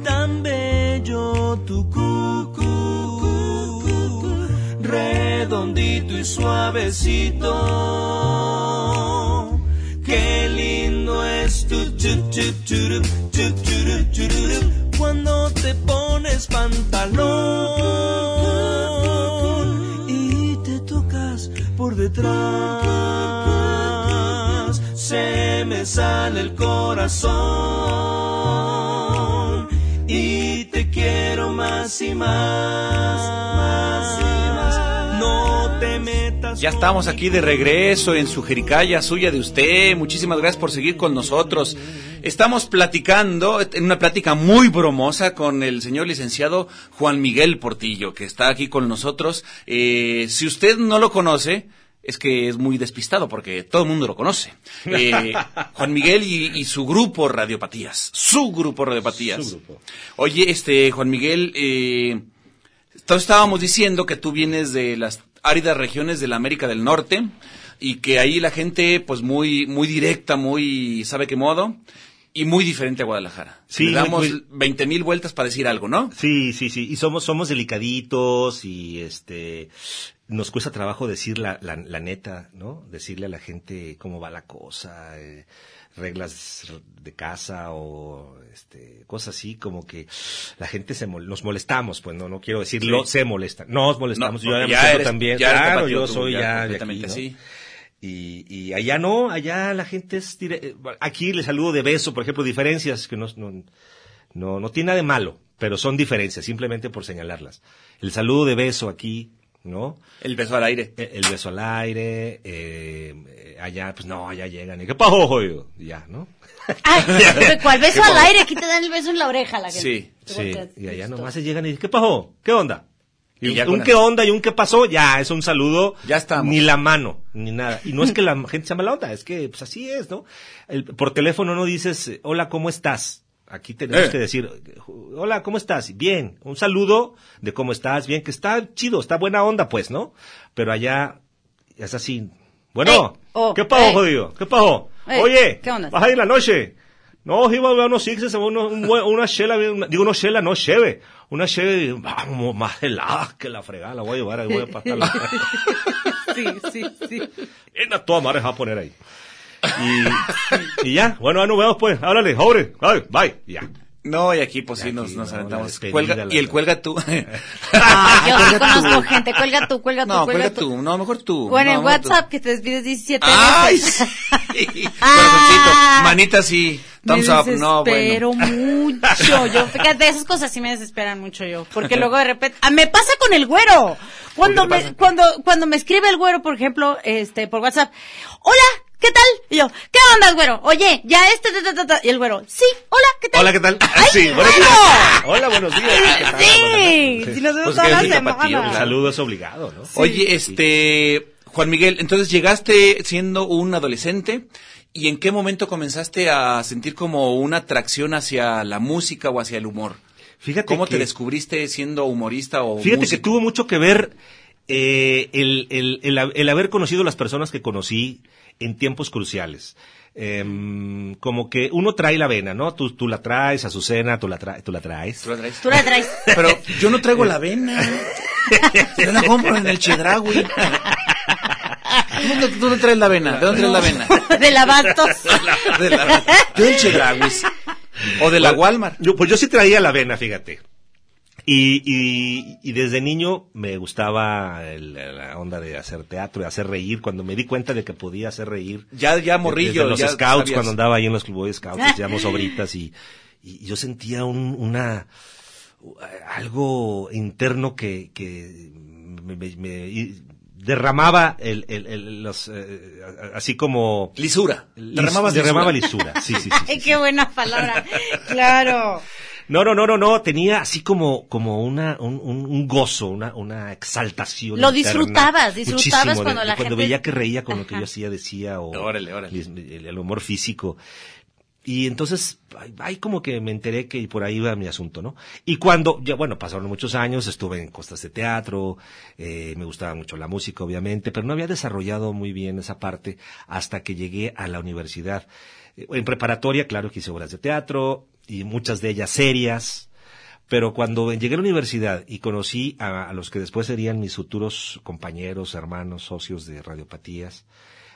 B: tan bello tu cucu, redondito y suavecito. Qué lindo es tu chu, chu, churu, chu, churu, chururu, cuando te pones pantalón y te tocas por detrás. Se me sale el corazón y te quiero más y más. más y más. No te metas.
D: Ya estamos aquí de regreso en su jericaya suya de usted. Muchísimas gracias por seguir con nosotros. Estamos platicando, en una plática muy bromosa con el señor licenciado Juan Miguel Portillo, que está aquí con nosotros. Eh, si usted no lo conoce, es que es muy despistado porque todo el mundo lo conoce. Eh, Juan Miguel y, y su grupo Radiopatías. Su grupo Radiopatías.
G: Su grupo.
D: Oye, este, Juan Miguel, eh, entonces estábamos diciendo que tú vienes de las áridas regiones de la América del Norte y que ahí la gente, pues muy, muy directa, muy, ¿sabe qué modo? Y muy diferente a Guadalajara.
G: Sí,
D: Le damos
G: muy-
D: 20 mil vueltas para decir algo, ¿no?
G: Sí, sí, sí. Y somos, somos delicaditos y este nos cuesta trabajo decir la, la, la neta, ¿no? Decirle a la gente cómo va la cosa, eh, reglas de casa o este, cosas así, como que la gente se mol- nos molestamos, pues no, no quiero decirlo,
D: Sí.
G: se molesta. Nos molestamos,
D: No,
G: yo ya
D: porque
G: me siento
D: eres-
G: también.
D: ya eres
G: claro,
D: tapatío
G: yo
D: tú,
G: soy ya, de
D: completamente,
G: aquí, ¿no?
D: sí.
G: Y, y allá no, allá la gente es... dire- eh, Aquí le saludo de beso, por ejemplo, diferencias que no, no, no, no tiene nada de malo, pero son diferencias, simplemente por señalarlas. El saludo de beso aquí, ¿no?
D: El beso al aire.
G: E- El beso al aire, eh, eh, allá, pues no, allá llegan y que pajo, y ya, ¿no?
E: Ay, ¿de ¿cuál beso
D: Qué
E: al
D: pobre.
E: aire? Aquí te dan el beso en la oreja, la gente.
D: Sí,
E: Te
G: Sí,
E: volteas,
G: y allá
E: listo.
G: nomás se llegan y dicen, ¿qué pajo? ¿Qué onda?
D: Y
G: Y
D: ya
G: un,
D: con
G: qué
D: eso.
G: onda y un qué pasó, ya, es un saludo.
D: Ya estamos.
G: Ni la mano, ni nada. Y no es que la gente sea mala onda, es que pues así es, ¿no? El- por teléfono no dices, eh, hola, ¿cómo estás? Aquí tenemos
D: Eh.
G: que decir, hola, ¿cómo estás? Bien, un saludo de cómo estás, bien, que está chido, está buena onda, pues, ¿no? Pero allá es así. Bueno,
E: Eh, oh,
G: ¿qué pajo,
E: eh.
G: jodido? ¿Qué pajo?
E: Ey,
G: Oye,
E: Eh, ¿qué onda?
G: vas a ir la noche. No, iba a ver unos sixes, unos- un buen- una chela, bien- una- digo, una chela, no cheve. Una cheve, vamos, más helada que la fregada, la voy a llevar, ahí voy a pasar la
E: Sí, sí, sí.
G: En a toda madre se va a poner ahí. Y, y ya, bueno, ya nos vemos pues, háblale, joven, bye, bye, y ya.
D: No, y aquí pues sí
G: Y
D: nos,
G: aquí,
D: nos
G: no, la
D: aventamos.
G: despedida,
D: Cuelga-
G: la
D: y el
G: verdad.
D: cuelga tú.
E: Ah, yo sí
D: Cuelga tú.
E: conozco gente. Cuelga tú, cuelga tú,
D: No,
E: cuelga
D: cuelga
E: tú.
D: tú. No, mejor tú.
E: Bueno,
D: No,
E: en
D: mejor tú.
E: WhatsApp que te despides 17
D: ¡Ay!
E: veces.
D: Sí.
G: Ah.
D: Corazoncito. Manita sí. Thumbs up. No,
E: desespero
D: bueno.
E: mucho. Yo, fíjate, esas cosas sí me desesperan mucho yo. Porque luego de repente. Ah, me pasa con el güero. Cuando
D: ¿Por qué te
E: me,
D: pasa?
E: cuando, cuando me escribe el güero, por ejemplo, este, por WhatsApp. Hola, ¿qué tal? Y yo, ¿qué onda, güero? Oye, ya este, ta, ta, ta, ta. Y el güero, sí, hola, ¿qué tal?
G: Hola, ¿qué tal?
E: ¡Ay,
G: sí, buenos
E: bueno!
G: días. Hola, buenos días. ¿qué tal?
E: Sí, sí, nos vemos
D: Pues
E: todas
D: que
E: las
D: es tapatío,
G: El
E: semanas.
D: claro.
G: saludo es obligado, ¿no?
D: Oye, este. Juan Miguel, entonces llegaste siendo un adolescente. ¿Y en qué momento comenzaste a sentir como una atracción hacia la música o hacia el humor?
G: Fíjate
D: ¿Cómo
G: que-
D: te descubriste siendo humorista o
G: Fíjate que
D: músico?
G: tuvo mucho que ver eh, el, el- el- el haber conocido las personas que conocí en tiempos cruciales. Em, como que uno trae la vena, ¿no? Tú, tú la traes, Azucena, tú la, traes, tú la traes.
D: ¿Tú la traes?
E: Tú la traes.
D: Pero yo no traigo la vena. Yo la compro en el Chedraui. ¿Tú no- ¿Tú no traes la vena? ¿De dónde traes la vena?
E: De lavantos.
D: De la, yo del Chedrauis. O de la
G: Bueno,
D: Walmart.
G: Yo, pues yo sí traía la vena, fíjate. Y, y- y desde niño me gustaba el- la onda de hacer teatro, de hacer reír. Cuando me di cuenta de que podía hacer reír.
D: Ya, ya morrillo.
G: Desde los
D: ya
G: scouts,
D: sabías.
G: cuando andaba ahí en los clubes scouts, hacíamos obritas y, y yo sentía un- una, algo interno que, que me, me- me- y derramaba el, el- el- los, eh, así como...
D: Lisura.
G: Lis-
D: Derramabas
G: derramaba
D: lisura.
G: lisura. Sí, sí, sí, sí.
E: Ay, qué buena palabra. Claro.
G: No, no, no, no, no, tenía así como, como una, un, un- un gozo, una, una exaltación.
E: Lo
G: interna.
E: disfrutabas, disfrutabas
G: Muchísimo,
E: cuando la gente-
G: veía que reía con lo que
E: Ajá.
G: yo hacía, decía, o
D: Órale, órale.
G: el, el- el humor físico. Y entonces, ay, ay, como que me enteré que por ahí iba mi asunto, ¿no? Y cuando, ya bueno, pasaron muchos años, estuve en costas de teatro, eh, me gustaba mucho la música, obviamente, pero no había desarrollado muy bien esa parte hasta que llegué a la universidad. Eh, En preparatoria, claro que hice obras de teatro, y muchas de ellas serias, pero cuando llegué a la universidad y conocí a, a los que después serían mis futuros compañeros, hermanos, socios de Radiopatías,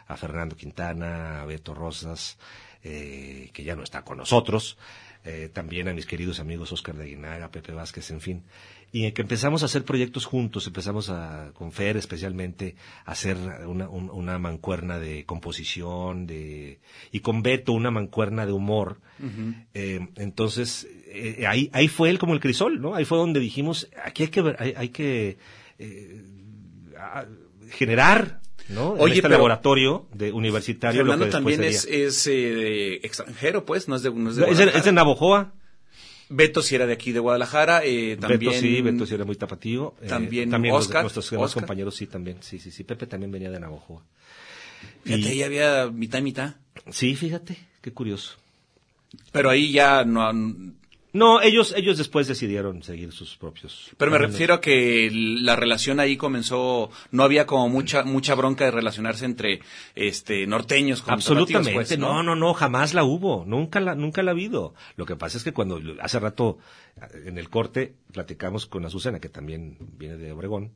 G: a Fernando Quintana, a Beto Rosas, eh, que ya no está con nosotros, eh, también a mis queridos amigos Oscar de Aguinaga, Pepe Vázquez, en fin. Y en que empezamos a hacer proyectos juntos, empezamos a, con Fer especialmente, a hacer una, un- una mancuerna de composición, de, y con Beto una mancuerna de humor. Eh, entonces, eh, ahí, ahí fue él como el crisol, ¿no? Ahí fue donde dijimos, aquí hay que, ver- hay, hay que eh, a- generar, ¿no? En
D: Oye,
G: este
D: pero-
G: laboratorio de universitario. lo
D: Fernando
G: que después
D: también es,
G: sería.
D: es eh, extranjero, pues, no es de, no es de
G: No, es de,
D: Guadalajara.
G: es de Navojoa.
D: Beto si era de aquí de Guadalajara, eh, también
G: Beto sí, Beto sí era muy tapatío. Eh,
D: también
G: también los-
D: Oscar,
G: nuestros demás
D: Oscar.
G: compañeros sí, también. Sí, sí, sí. Pepe también venía de Navojoa.
D: Fíjate,
G: Y-
D: ahí había mitad y mitad.
G: Sí, fíjate, qué curioso.
D: Pero ahí ya no. han-
G: No, ellos, ellos después decidieron seguir sus propios.
D: Pero me
G: caminos.
D: refiero a que la relación ahí comenzó. No había como mucha mucha bronca de relacionarse entre este norteños con
G: Absolutamente,
D: tapatíos, pues,
G: no, no, no, jamás la hubo, nunca la, nunca la ha habido. Lo que pasa es que cuando hace rato en el corte platicamos con Azucena, que también viene de Obregón,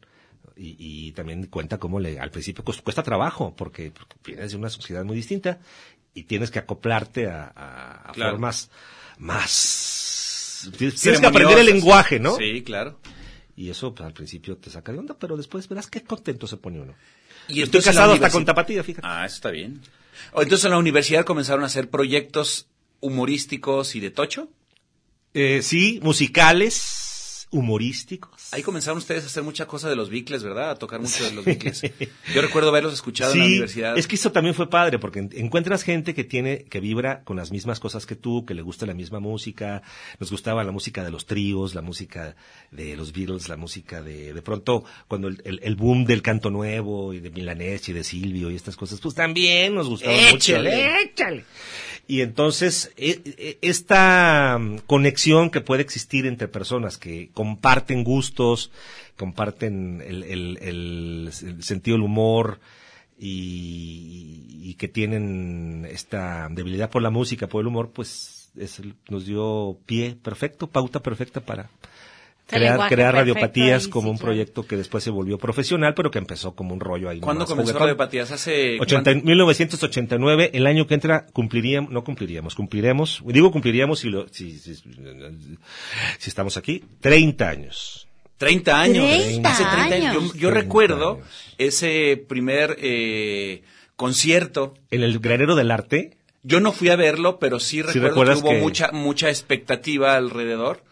G: y, y también cuenta cómo le, al principio cos- cuesta trabajo, porque, porque vienes de una sociedad muy distinta y tienes que acoplarte a, a- a
D: Claro.
G: formas más... Tienes, tienes que aprender el lenguaje, ¿no?
D: Sí, claro.
G: Y eso pues, al principio te saca de onda, pero después verás qué contento se pone uno.
D: Y
G: Estoy
D: entonces la
G: casado hasta
D: universi-
G: con tapatía, fíjate.
D: Ah, eso está bien. O, Entonces en la universidad comenzaron a hacer proyectos humorísticos y de tocho.
G: Eh, sí, musicales, humorísticos.
D: Ahí comenzaron ustedes a hacer mucha cosa de los bicles, ¿verdad? A tocar mucho de los bicles. Yo recuerdo haberlos escuchado en la universidad.
G: es que eso también fue padre, porque en- encuentras gente que tiene, que vibra con las mismas cosas que tú, que le gusta la misma música, nos gustaba la música de los tríos, la música de los Beatles, la música de, de pronto, cuando el, el- el boom del canto nuevo y de Milanés y de Silvio y estas cosas, pues también nos gustaba mucho. ¿eh?
D: Échale.
G: ¡Échale! Y entonces, e- e- esta mm, conexión que puede existir entre personas que comparten gustos, comparten el, el- el- el sentido del humor y, y que tienen esta debilidad por la música, por el humor, pues es el- nos dio pie perfecto, pauta perfecta para
E: El
G: crear,
E: Este lenguaje
G: crear
E: perfecto
G: radiopatías
E: ahí,
G: como
E: sí,
G: un
E: claro.
G: proyecto que después se volvió profesional, pero que empezó como un rollo ahí.
D: ¿Cuándo
G: nomás
D: comenzó
G: juguetón.
D: Radiopatías? Hace
G: 80 en 1989, el año que entra, cumpliríamos, no cumpliríamos, cumpliremos, digo cumpliríamos si, lo- si, si- si estamos aquí, 30 años.
D: 30 años.
E: 30
D: Hace 30 años. Yo, yo
G: 30
D: recuerdo
G: años.
D: ese primer eh, concierto.
G: En el granero del arte,
D: Yo no fui a verlo, pero sí recuerdo que
G: recuerdas
D: hubo
G: que-
D: mucha mucha expectativa alrededor.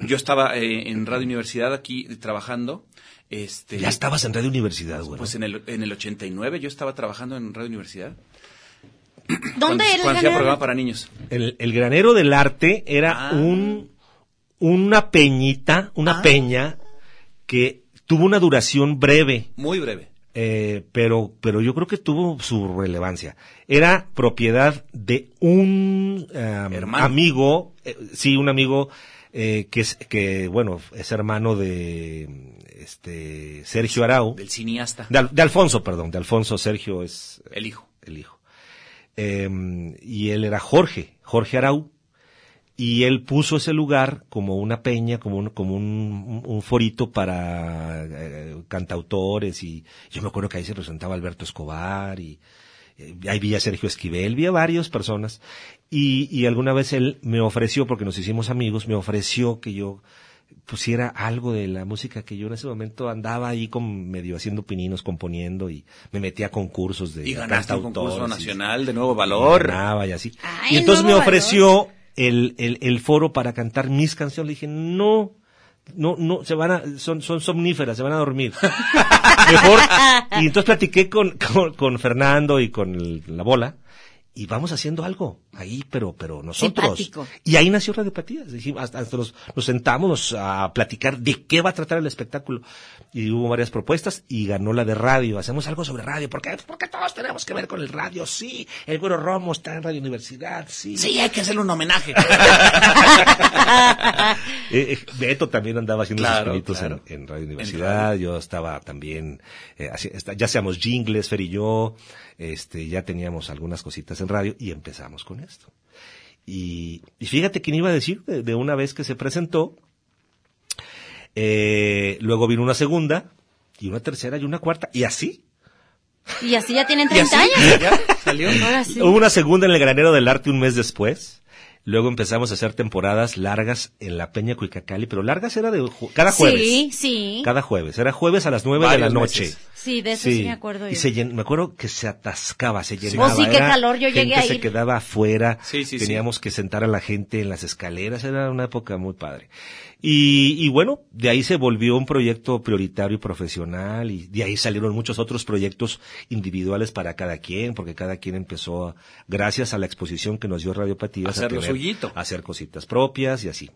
D: Yo estaba eh, en Radio Universidad aquí trabajando. Este,
G: ya estabas en Radio Universidad, güey.
D: Pues en el, en el 89 yo estaba trabajando en Radio Universidad.
H: ¿Dónde
D: cuando,
H: era el
D: cuando hacía
H: granero?
D: programa para niños.
G: el, el granero del arte era
D: Ah.
G: un, una peñita, una peña que tuvo una duración breve.
D: Muy breve.
G: Eh, pero, pero yo creo que tuvo su relevancia. Era propiedad de un um,
D: Hermano.
G: amigo, eh, sí, un amigo eh, que es, que bueno, es hermano de este Sergio Arau.
D: Del cineasta.
G: De, Al- de Alfonso, perdón, de Alfonso Sergio es
D: El hijo.
G: el hijo. Em, y él era Jorge, Jorge Arau. Y él puso ese lugar como una peña, como un, como un, un forito para eh, cantautores. Y yo me acuerdo que ahí se presentaba Alberto Escobar y eh, ahí vi a Sergio Esquivel, vi a varias personas. Y, y alguna vez él me ofreció, porque nos hicimos amigos, me ofreció que yo pusiera algo de la música que yo en ese momento andaba ahí con medio haciendo pininos, componiendo y me metía a concursos de
D: Y ganaste un
G: cantautores
D: concurso
G: y-
D: nacional de nuevo valor.
G: ganaba y así.
D: Ay,
G: Ah, y entonces me
D: nuevo
G: ofreció el, el, el foro para cantar mis canciones. Le dije, no, no, no, se van a, son, son somníferas, se van a dormir. Mejor. Y entonces platiqué con, con, con Fernando y con el- la bola. Y vamos haciendo algo ahí, pero, pero nosotros.
K: Simpático.
G: Y ahí nació Radiopatías. Dijimos, hasta, hasta nos, nos sentamos a platicar de qué va a tratar el espectáculo. Y hubo varias propuestas y ganó la de radio. Hacemos algo sobre radio. ¿Por qué? Pues Porque todos tenemos que ver con el radio. Sí, el güero Romo está en Radio Universidad. Sí.
D: Sí, hay que hacerle un homenaje.
G: Eh, eh, Beto también andaba haciendo
D: Claro,
G: sus pinitos
D: claro.
G: en, en Radio Universidad. Yo estaba también, eh, así- está- ya seamos jingles, Fer y yo. Este, ya teníamos algunas cositas en radio y empezamos con esto. Y, y fíjate quién iba a decir de, de una vez que se presentó. Eh, luego vino una segunda, y una tercera, y una cuarta, y así.
E: Y así ya tienen
D: Y
E: 30
D: así,
E: años.
D: ya, salió.
E: Ahora sí.
G: Hubo una segunda en el Granero del Arte un mes después. Luego empezamos a hacer temporadas largas en la Peña Cuicacali, pero largas era de ju- cada jueves.
E: Sí, sí.
G: Cada jueves. Era jueves a las nueve de la
D: Varios
G: noche.
D: meses.
E: Sí, de eso sí me acuerdo
G: Y
E: yo.
G: se llen- me acuerdo que se atascaba, se llenaba.
E: Oh, sí, qué
G: era
E: calor, yo llegué
G: gente
E: a
G: se
E: ir.
G: quedaba afuera.
D: Sí, sí, sí.
G: Teníamos que sentar a la gente en las escaleras. Era una época muy padre. Y, y bueno, de ahí se volvió un proyecto prioritario y profesional y de ahí salieron muchos otros proyectos individuales para cada quien, porque cada quien empezó, a- gracias a la exposición que nos dio Radiopatías,
D: Hacer lo suyito.
G: a hacer cositas propias y así.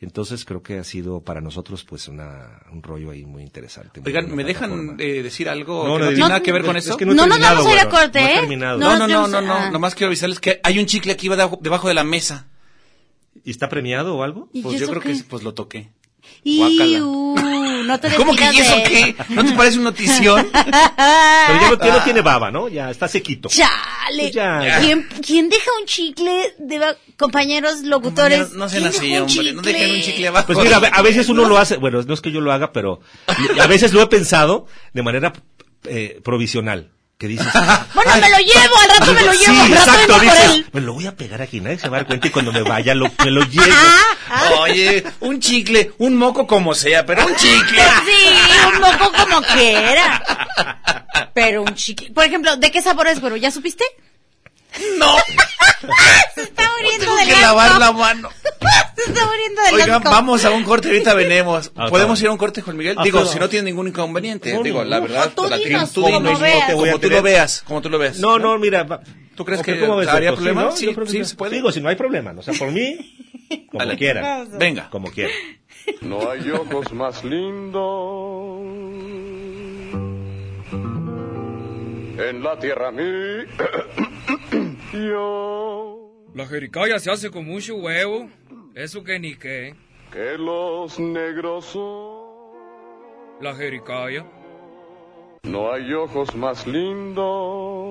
G: Entonces creo que ha sido para nosotros pues una, un rollo ahí muy interesante. muy
D: Oigan,
G: buena
D: ¿me
G: plataforma.
D: dejan eh, decir algo
G: No,
D: que
G: no,
D: no,
G: no,
D: tiene
G: no,
D: nada que ver con
G: es
D: eso?
G: que no he No nos terminado, vamos a ir a güero, corte, no he ¿eh? terminado.
D: No, no,
G: No nos
D: no,
G: vamos
D: no,
G: a-
D: no,
G: ah.
D: Nomás quiero avisarles que hay un chicle aquí deba- debajo de la mesa.
G: ¿Y está premiado o algo?
E: ¿Y
D: Pues yo
E: eso
D: creo
E: qué?
D: que sí, pues lo toqué.
E: Y,
D: Guácala.
E: uh, no te
D: ¿Cómo que
E: despidas
D: y eso
E: de-
D: qué? ¿No te parece una notición?
G: Pero ya no, ya no
D: Ah.
G: tiene baba, ¿no? Ya está sequito.
E: Chale.
G: Ya.
E: ¿Quién, quién deja un chicle de ba- compañeros locutores?
D: No, no sean
E: ¿Quién
D: así,
E: deja un
D: hombre, no dejen un chicle abajo.
G: Pues mira, a ve- a veces uno lo hace, bueno, no es que yo lo haga, pero a veces lo he pensado de manera eh, provisional. Que dices,
E: Bueno, me lo llevo, al rato me lo
G: Sí,
E: llevo, al rato
G: exacto,
E: vengo por
G: dices,
E: él.
G: me lo voy a pegar aquí, nadie se va a dar cuenta y cuando me vaya lo, me lo llevo.
E: Ah,
D: Oye, un chicle, un moco como sea, pero un
E: Pues
D: chicle.
E: Sí, un poco como quiera. Pero un chicle. Por ejemplo, ¿de qué sabor es, güero? ¿Ya supiste?
D: No,
E: Se está muriendo
D: tengo
E: del
D: que
E: asco.
D: lavar la mano.
E: Se está muriendo del
D: Oigan,
E: asco.
D: vamos a un corte, ahorita venimos.
G: Ah,
D: ¿Podemos
G: claro.
D: ir a un corte, Juan Miguel?
G: Ah,
D: Digo,
G: claro.
D: si no tienes ningún inconveniente.
G: No,
D: Digo, la
G: no,
D: verdad,
E: tú
D: la
E: dinos,
D: tú
E: como
D: dinos,
E: veas.
D: no te voy a
G: Como
D: tú lo veas, como tú lo veas.
G: No, no, mira. va-
D: ¿Tú crees
G: ¿o qué,
D: que
G: cómo ves,
D: habría
G: doctor?
D: problema?
G: ¿no?
D: Sí,
G: Yo creo que
D: sí, se puede.
G: Digo, si no hay problema, o sea, por mí, como
D: Dale.
G: quieran.
D: Venga.
G: Como quieran.
L: No hay ojos más lindos en la tierra mí.
J: La jericaya se hace con mucho huevo. Eso que ni qué.
L: Que los negros son.
J: La jericaya.
L: No hay ojos más lindos.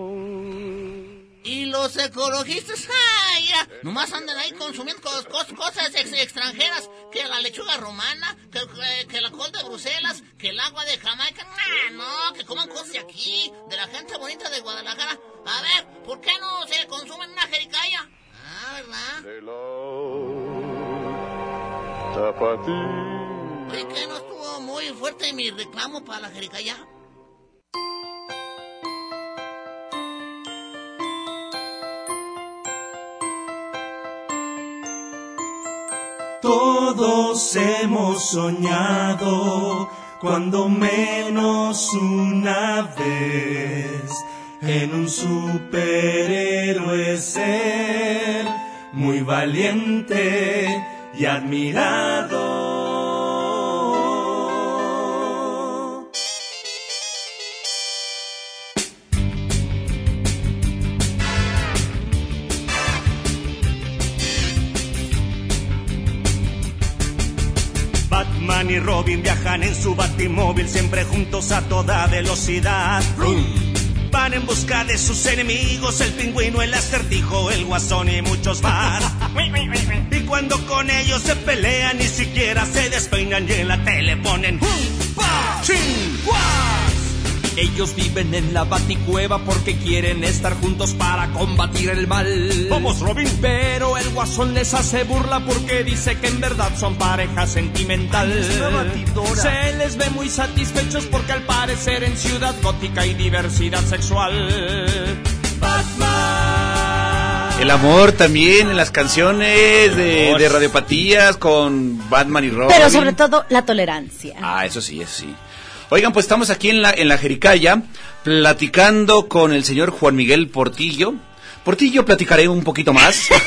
M: Y los ecologistas, ay, ya, nomás andan ahí consumiendo cos- cos- cosas ex- extranjeras, que la lechuga romana, que, que- que la col de Bruselas, que el agua de Jamaica, nah, no, que coman cosas de aquí, de la gente bonita de Guadalajara. A ver, ¿por qué no se consumen una jericaya? Ah, ¿verdad?
L: Tapatí.
M: Oye, que no estuvo muy fuerte mi reclamo para la jericaya.
B: Todos hemos soñado, cuando menos una vez, en un superhéroe ser muy valiente y admirado.
K: Batman y Robin viajan en su batimóvil siempre juntos a toda velocidad. Van en busca de sus enemigos, el pingüino, el acertijo, el guasón y muchos más. Y cuando con ellos se pelean, ni siquiera se despeinan y en la tele ponen. ¡Bum! ¡Pa! ¡Chin!
N: ¡Guas! Ellos viven en la baticueva porque quieren estar juntos para combatir el mal.
K: Vamos, Robin.
N: Pero el guasón les hace burla porque dice que en verdad son pareja sentimental.
K: Ay, es una batidora.
N: Se les ve muy satisfechos porque al parecer en Ciudad Gótica hay diversidad sexual.
D: El amor también en las canciones de, de radiopatías con Batman y Robin.
E: Pero sobre todo, la tolerancia.
D: Ah, eso sí, eso sí. Oigan, pues estamos aquí en la, en la Jericaya platicando con el señor Juan Miguel Portillo. Portillo platicaré un poquito más.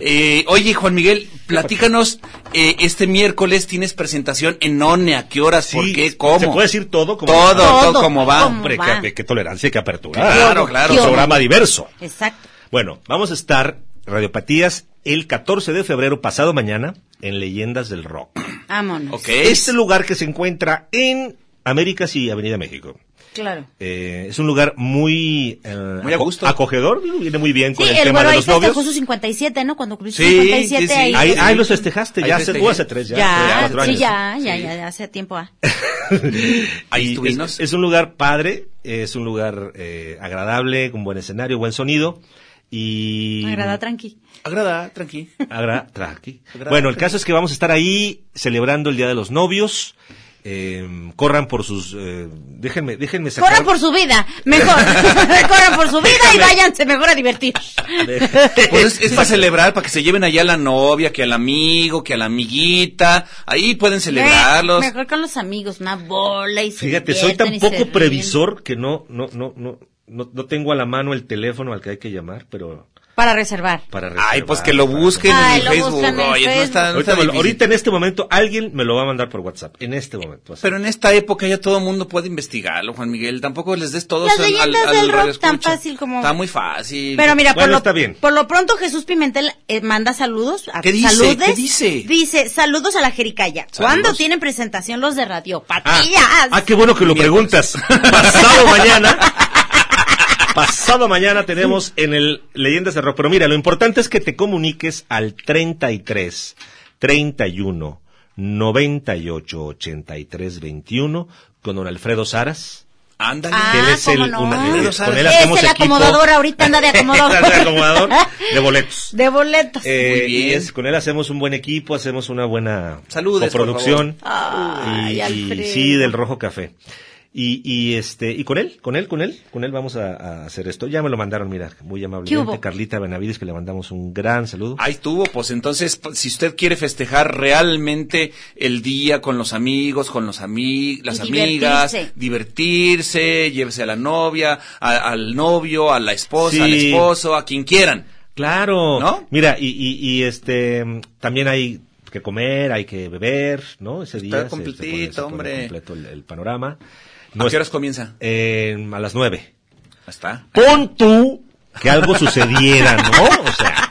D: Eh, oye, Juan Miguel, platícanos, eh, este miércoles tienes presentación en ONE, ¿a qué horas, por qué, cómo?
G: ¿Se puede decir todo? Como
D: Todo, todo, Todo, cómo va.
G: Hombre,
D: cómo va.
G: Qué, qué tolerancia y qué apertura.
D: Claro, claro.
G: Un programa diverso.
E: Exacto.
G: Bueno, vamos a estar, Radiopatías, el 14 de febrero, pasado mañana, en Leyendas del Rock.
E: Vámonos.
G: Este lugar que se encuentra en Américas y Avenida México.
E: Claro.
G: Eh, es un lugar muy, eh,
D: Muy a
G: aco-
D: gusto.
G: acogedor, viene viene muy bien
E: Sí,
G: con el,
E: el
G: tema
E: güero
G: de
E: ahí
G: los novios.
E: festejó su 57, ¿no? Cuando cumpliste
G: Sí,
E: 57
G: sí, sí.
E: ahí.
G: Ahí- ahí los festejaste,
E: Ahí
G: ya hace-
E: festejé.
G: o hace tres, ya, hace
E: Ya,
G: cuatro
E: sí,
G: años.
E: ya, ya, ya, ya, hace tiempo. ah.
G: Y es, es un lugar padre, es un lugar eh, agradable, con buen escenario, buen sonido y
E: Agrada tranqui.
D: Agrada tranqui.
G: Agra- tranqui.
D: Agra-
G: Bueno, el caso es que vamos a estar ahí celebrando el Día de los Novios. Eh, corran por sus... eh, déjenme, déjenme sacar...
E: Corran por su vida, mejor. Corran por su vida y váyanse mejor a divertir.
D: Pues es, es para celebrar, para que se lleven allá a la novia, que al amigo, que a la amiguita. Ahí pueden celebrarlos.
E: Mejor con los amigos, una bola y se
G: Fíjate, soy
E: divierten
G: tan
E: y se
G: poco
E: ríen.
G: previsor que no, no, no, no, no, no tengo a la mano el teléfono al que hay que llamar, pero
E: Para reservar.
G: para
D: Ay, pues que lo busquen
E: Ay,
D: en
E: lo
D: el Facebook.
E: buscan en el
D: Oye, no está- no
G: ahorita,
D: está
G: me lo-
D: difícil.
G: ahorita en este momento alguien me lo va a mandar por WhatsApp. En este momento. así.
D: Pero en esta época ya todo el mundo puede investigarlo, Juan Miguel. Tampoco les des todos
E: Las
D: al, al,
E: leyendas
D: al
E: del rock
D: radioescucha.
E: tan fácil como...
D: Está muy fácil.
E: Pero mira, por, lo, por lo pronto Jesús Pimentel eh, manda saludos. A,
D: ¿Qué dice?
E: saludes.
D: ¿Qué dice?
E: Dice, saludos a la Jericaya. ¿Cuándo tienen presentación los de Radio Patillas?
G: Ah, qué bueno que lo preguntas. pasado mañana. Pasado mañana tenemos en el Leyendas de Rock. Pero mira, lo importante es que te comuniques al 33 31 98 83 21 con don Alfredo Saras.
D: Ándale.
G: él
E: Ah,
G: es el,
E: cómo no.
G: una- él es- con él
E: Es
G: hacemos
E: el
G: equipo.
E: acomodador, ahorita anda de acomodador.
G: Anda de acomodador de boletos.
E: De boletos.
G: Eh, y es- con él hacemos un buen equipo, hacemos una buena
D: Saludes,
G: coproducción.
D: por favor.
G: Y-
D: Ay,
G: y,
D: Alfredo.
G: sí, del Rojo Café. Y, y este y con él, con él, con él, con él vamos a, a hacer esto. Ya me lo mandaron, mira, muy
D: ¿Qué
G: amablemente
D: hubo?
G: Carlita Benavides que le mandamos un gran saludo.
D: Ahí estuvo, pues entonces, p- si usted quiere festejar realmente el día con los amigos, con los ami las
E: Y
D: amigas,
E: divertirse.
D: divertirse, llévese a la novia, a- al novio, a la esposa,
G: Sí.
D: al esposo, a quien quieran.
G: Claro.
D: ¿No?
G: Mira, y, y, y, este también hay que comer, hay que beber, ¿no? Ese día
D: Está
G: se- se pone- se
D: completito,
G: pone
D: hombre.
G: completo el, el panorama.
D: ¿A qué
G: Nuestra-
D: horas comienza?
G: eh, a las nueve.
D: Está.
G: Pon tú que algo sucediera, ¿no? O sea,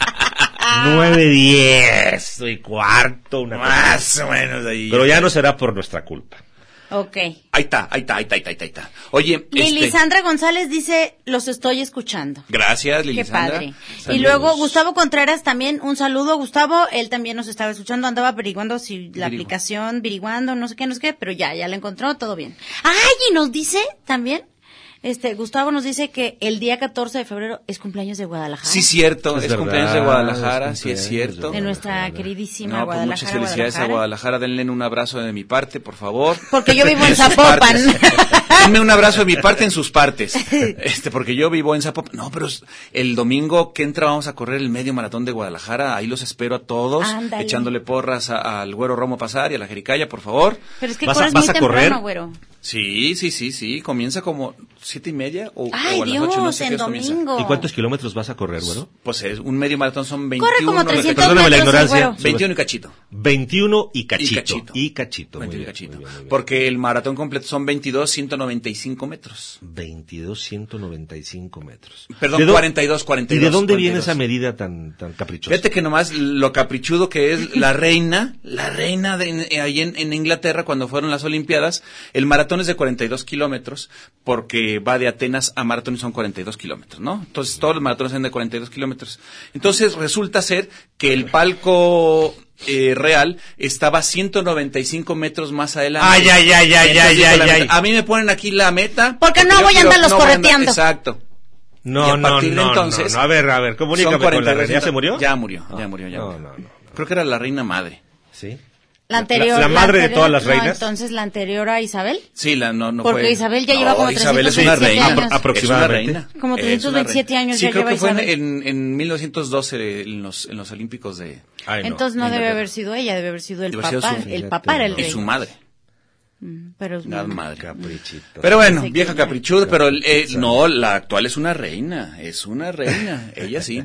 G: nueve, diez y cuarto, una cosa
D: Más
G: así.
D: o menos ahí.
G: Pero ya no será por nuestra culpa.
E: Ok.
G: este.
D: Ahí está, ahí está, ahí está, ahí está, ahí está. Oye, este,
E: Lilisandra González dice, los estoy escuchando.
D: gracias,
E: Qué
D: Lilisandra.
E: padre. Y
D: Saludos.
E: luego Gustavo Contreras también, un saludo Gustavo, él también nos estaba escuchando, andaba averiguando si la
D: Averigua.
E: aplicación, averiguando, no sé qué, no sé qué, pero ya, ya la encontró, todo bien. Ay, y nos dice también, este, Gustavo nos dice que el día 14 de febrero es cumpleaños de Guadalajara.
D: Sí, cierto, es,
G: Es verdad,
D: cumpleaños de Guadalajara,
G: es
D: sí es
G: cumpleaños de
D: cierto.
E: De nuestra queridísima
D: No, pues
E: Guadalajara.
D: muchas felicidades a Guadalajara. Denle un abrazo de mi parte, por favor.
E: Porque yo vivo en
D: De sus
E: Zapopan.
D: partes. Denme un abrazo de mi parte en sus partes. Este, porque yo vivo en Zapopan. No, pero es- el domingo que entra vamos a correr el medio maratón de Guadalajara. Ahí los espero a todos,
E: Ándale.
D: echándole porras a- Uh, al güero Romo Pasar y a la Jericaya, por favor.
E: Pero es que corres muy temprano, güero.
D: Sí, sí, sí, sí. Comienza como siete y media o,
E: Ay,
D: o a las ocho, no
E: Dios,
D: sé qué
E: en
D: horas comienza.
E: domingo.
G: ¿Y cuántos kilómetros vas a correr, bueno?
D: Pues es un medio maratón son 21.
E: Corre como 300
G: Perdóname la ignorancia.
E: güero.
D: 21 y cachito.
G: 21 y cachito.
D: Y cachito.
G: Y cachito. muy
D: 21 y
G: bien,
D: cachito.
G: muy bien, muy bien.
D: Porque el maratón completo son 22, 195 metros.
G: 22, 195 metros.
D: Perdón,
G: ¿De dó-
D: 42, 42,
G: ¿Y de dónde viene
D: 42?
G: esa medida tan, tan caprichosa?
D: Fíjate que nomás lo caprichudo que es la reina, la reina de, en- eh, ahí en, en Inglaterra cuando fueron las Olimpiadas, el maratón es de 42 kilómetros porque va de Atenas a maratón y son 42 kilómetros, ¿no? Entonces todos los maratones son de 42 kilómetros. Entonces resulta ser que el palco eh, real estaba 195 metros más adelante.
G: Ay, ay, ay, ay,
D: Entonces
G: ay,
D: dijo
G: ay,
D: la
G: ay.
D: meta, A mí me ponen aquí la meta.
E: Porque no
D: yo
E: voy a
D: quiero-
E: andarlos
D: no voy a
E: correteando.
D: Exacto. Y
G: No,
D: a
G: no, no,
D: partir de
G: no,
D: entonces,
G: no. A ver, a ver, comunícame
D: son
G: con la
D: 42,
G: reina. ¿Ya se murió?
D: Ya murió, ya murió, ya murió. Creo que era la reina madre.
G: Sí.
E: La anterior.
D: la madre de
E: anterior-
D: todas las
E: no,
D: reinas.
E: entonces la anterior a Isabel.
D: Sí, la no no
E: Porque
D: fue-
E: Isabel ya lleva como
D: Isabel es una
E: 327
D: reina,
E: años.
D: apro- aproximadamente.
E: Es una reina. Como
D: Es una reina.
E: 327 años
D: sí,
E: ya
D: creo
E: lleva
D: que fue en-
E: Isabel.
D: en, en 1912 en los en los Olímpicos de
E: Entonces no
D: de
E: debe
D: Inglaterra.
E: haber sido ella, debe haber sido el
D: Debe haber sido
E: papá.
D: su-
E: el papá era el
D: y
E: rey.
D: su madre.
E: Mm, Pero es
D: La
E: muy-
D: madre. Pero bueno, vieja caprichuda, pero el- eh,
G: Caprichosa.
D: no, la actual es una reina, es una reina, ella sí.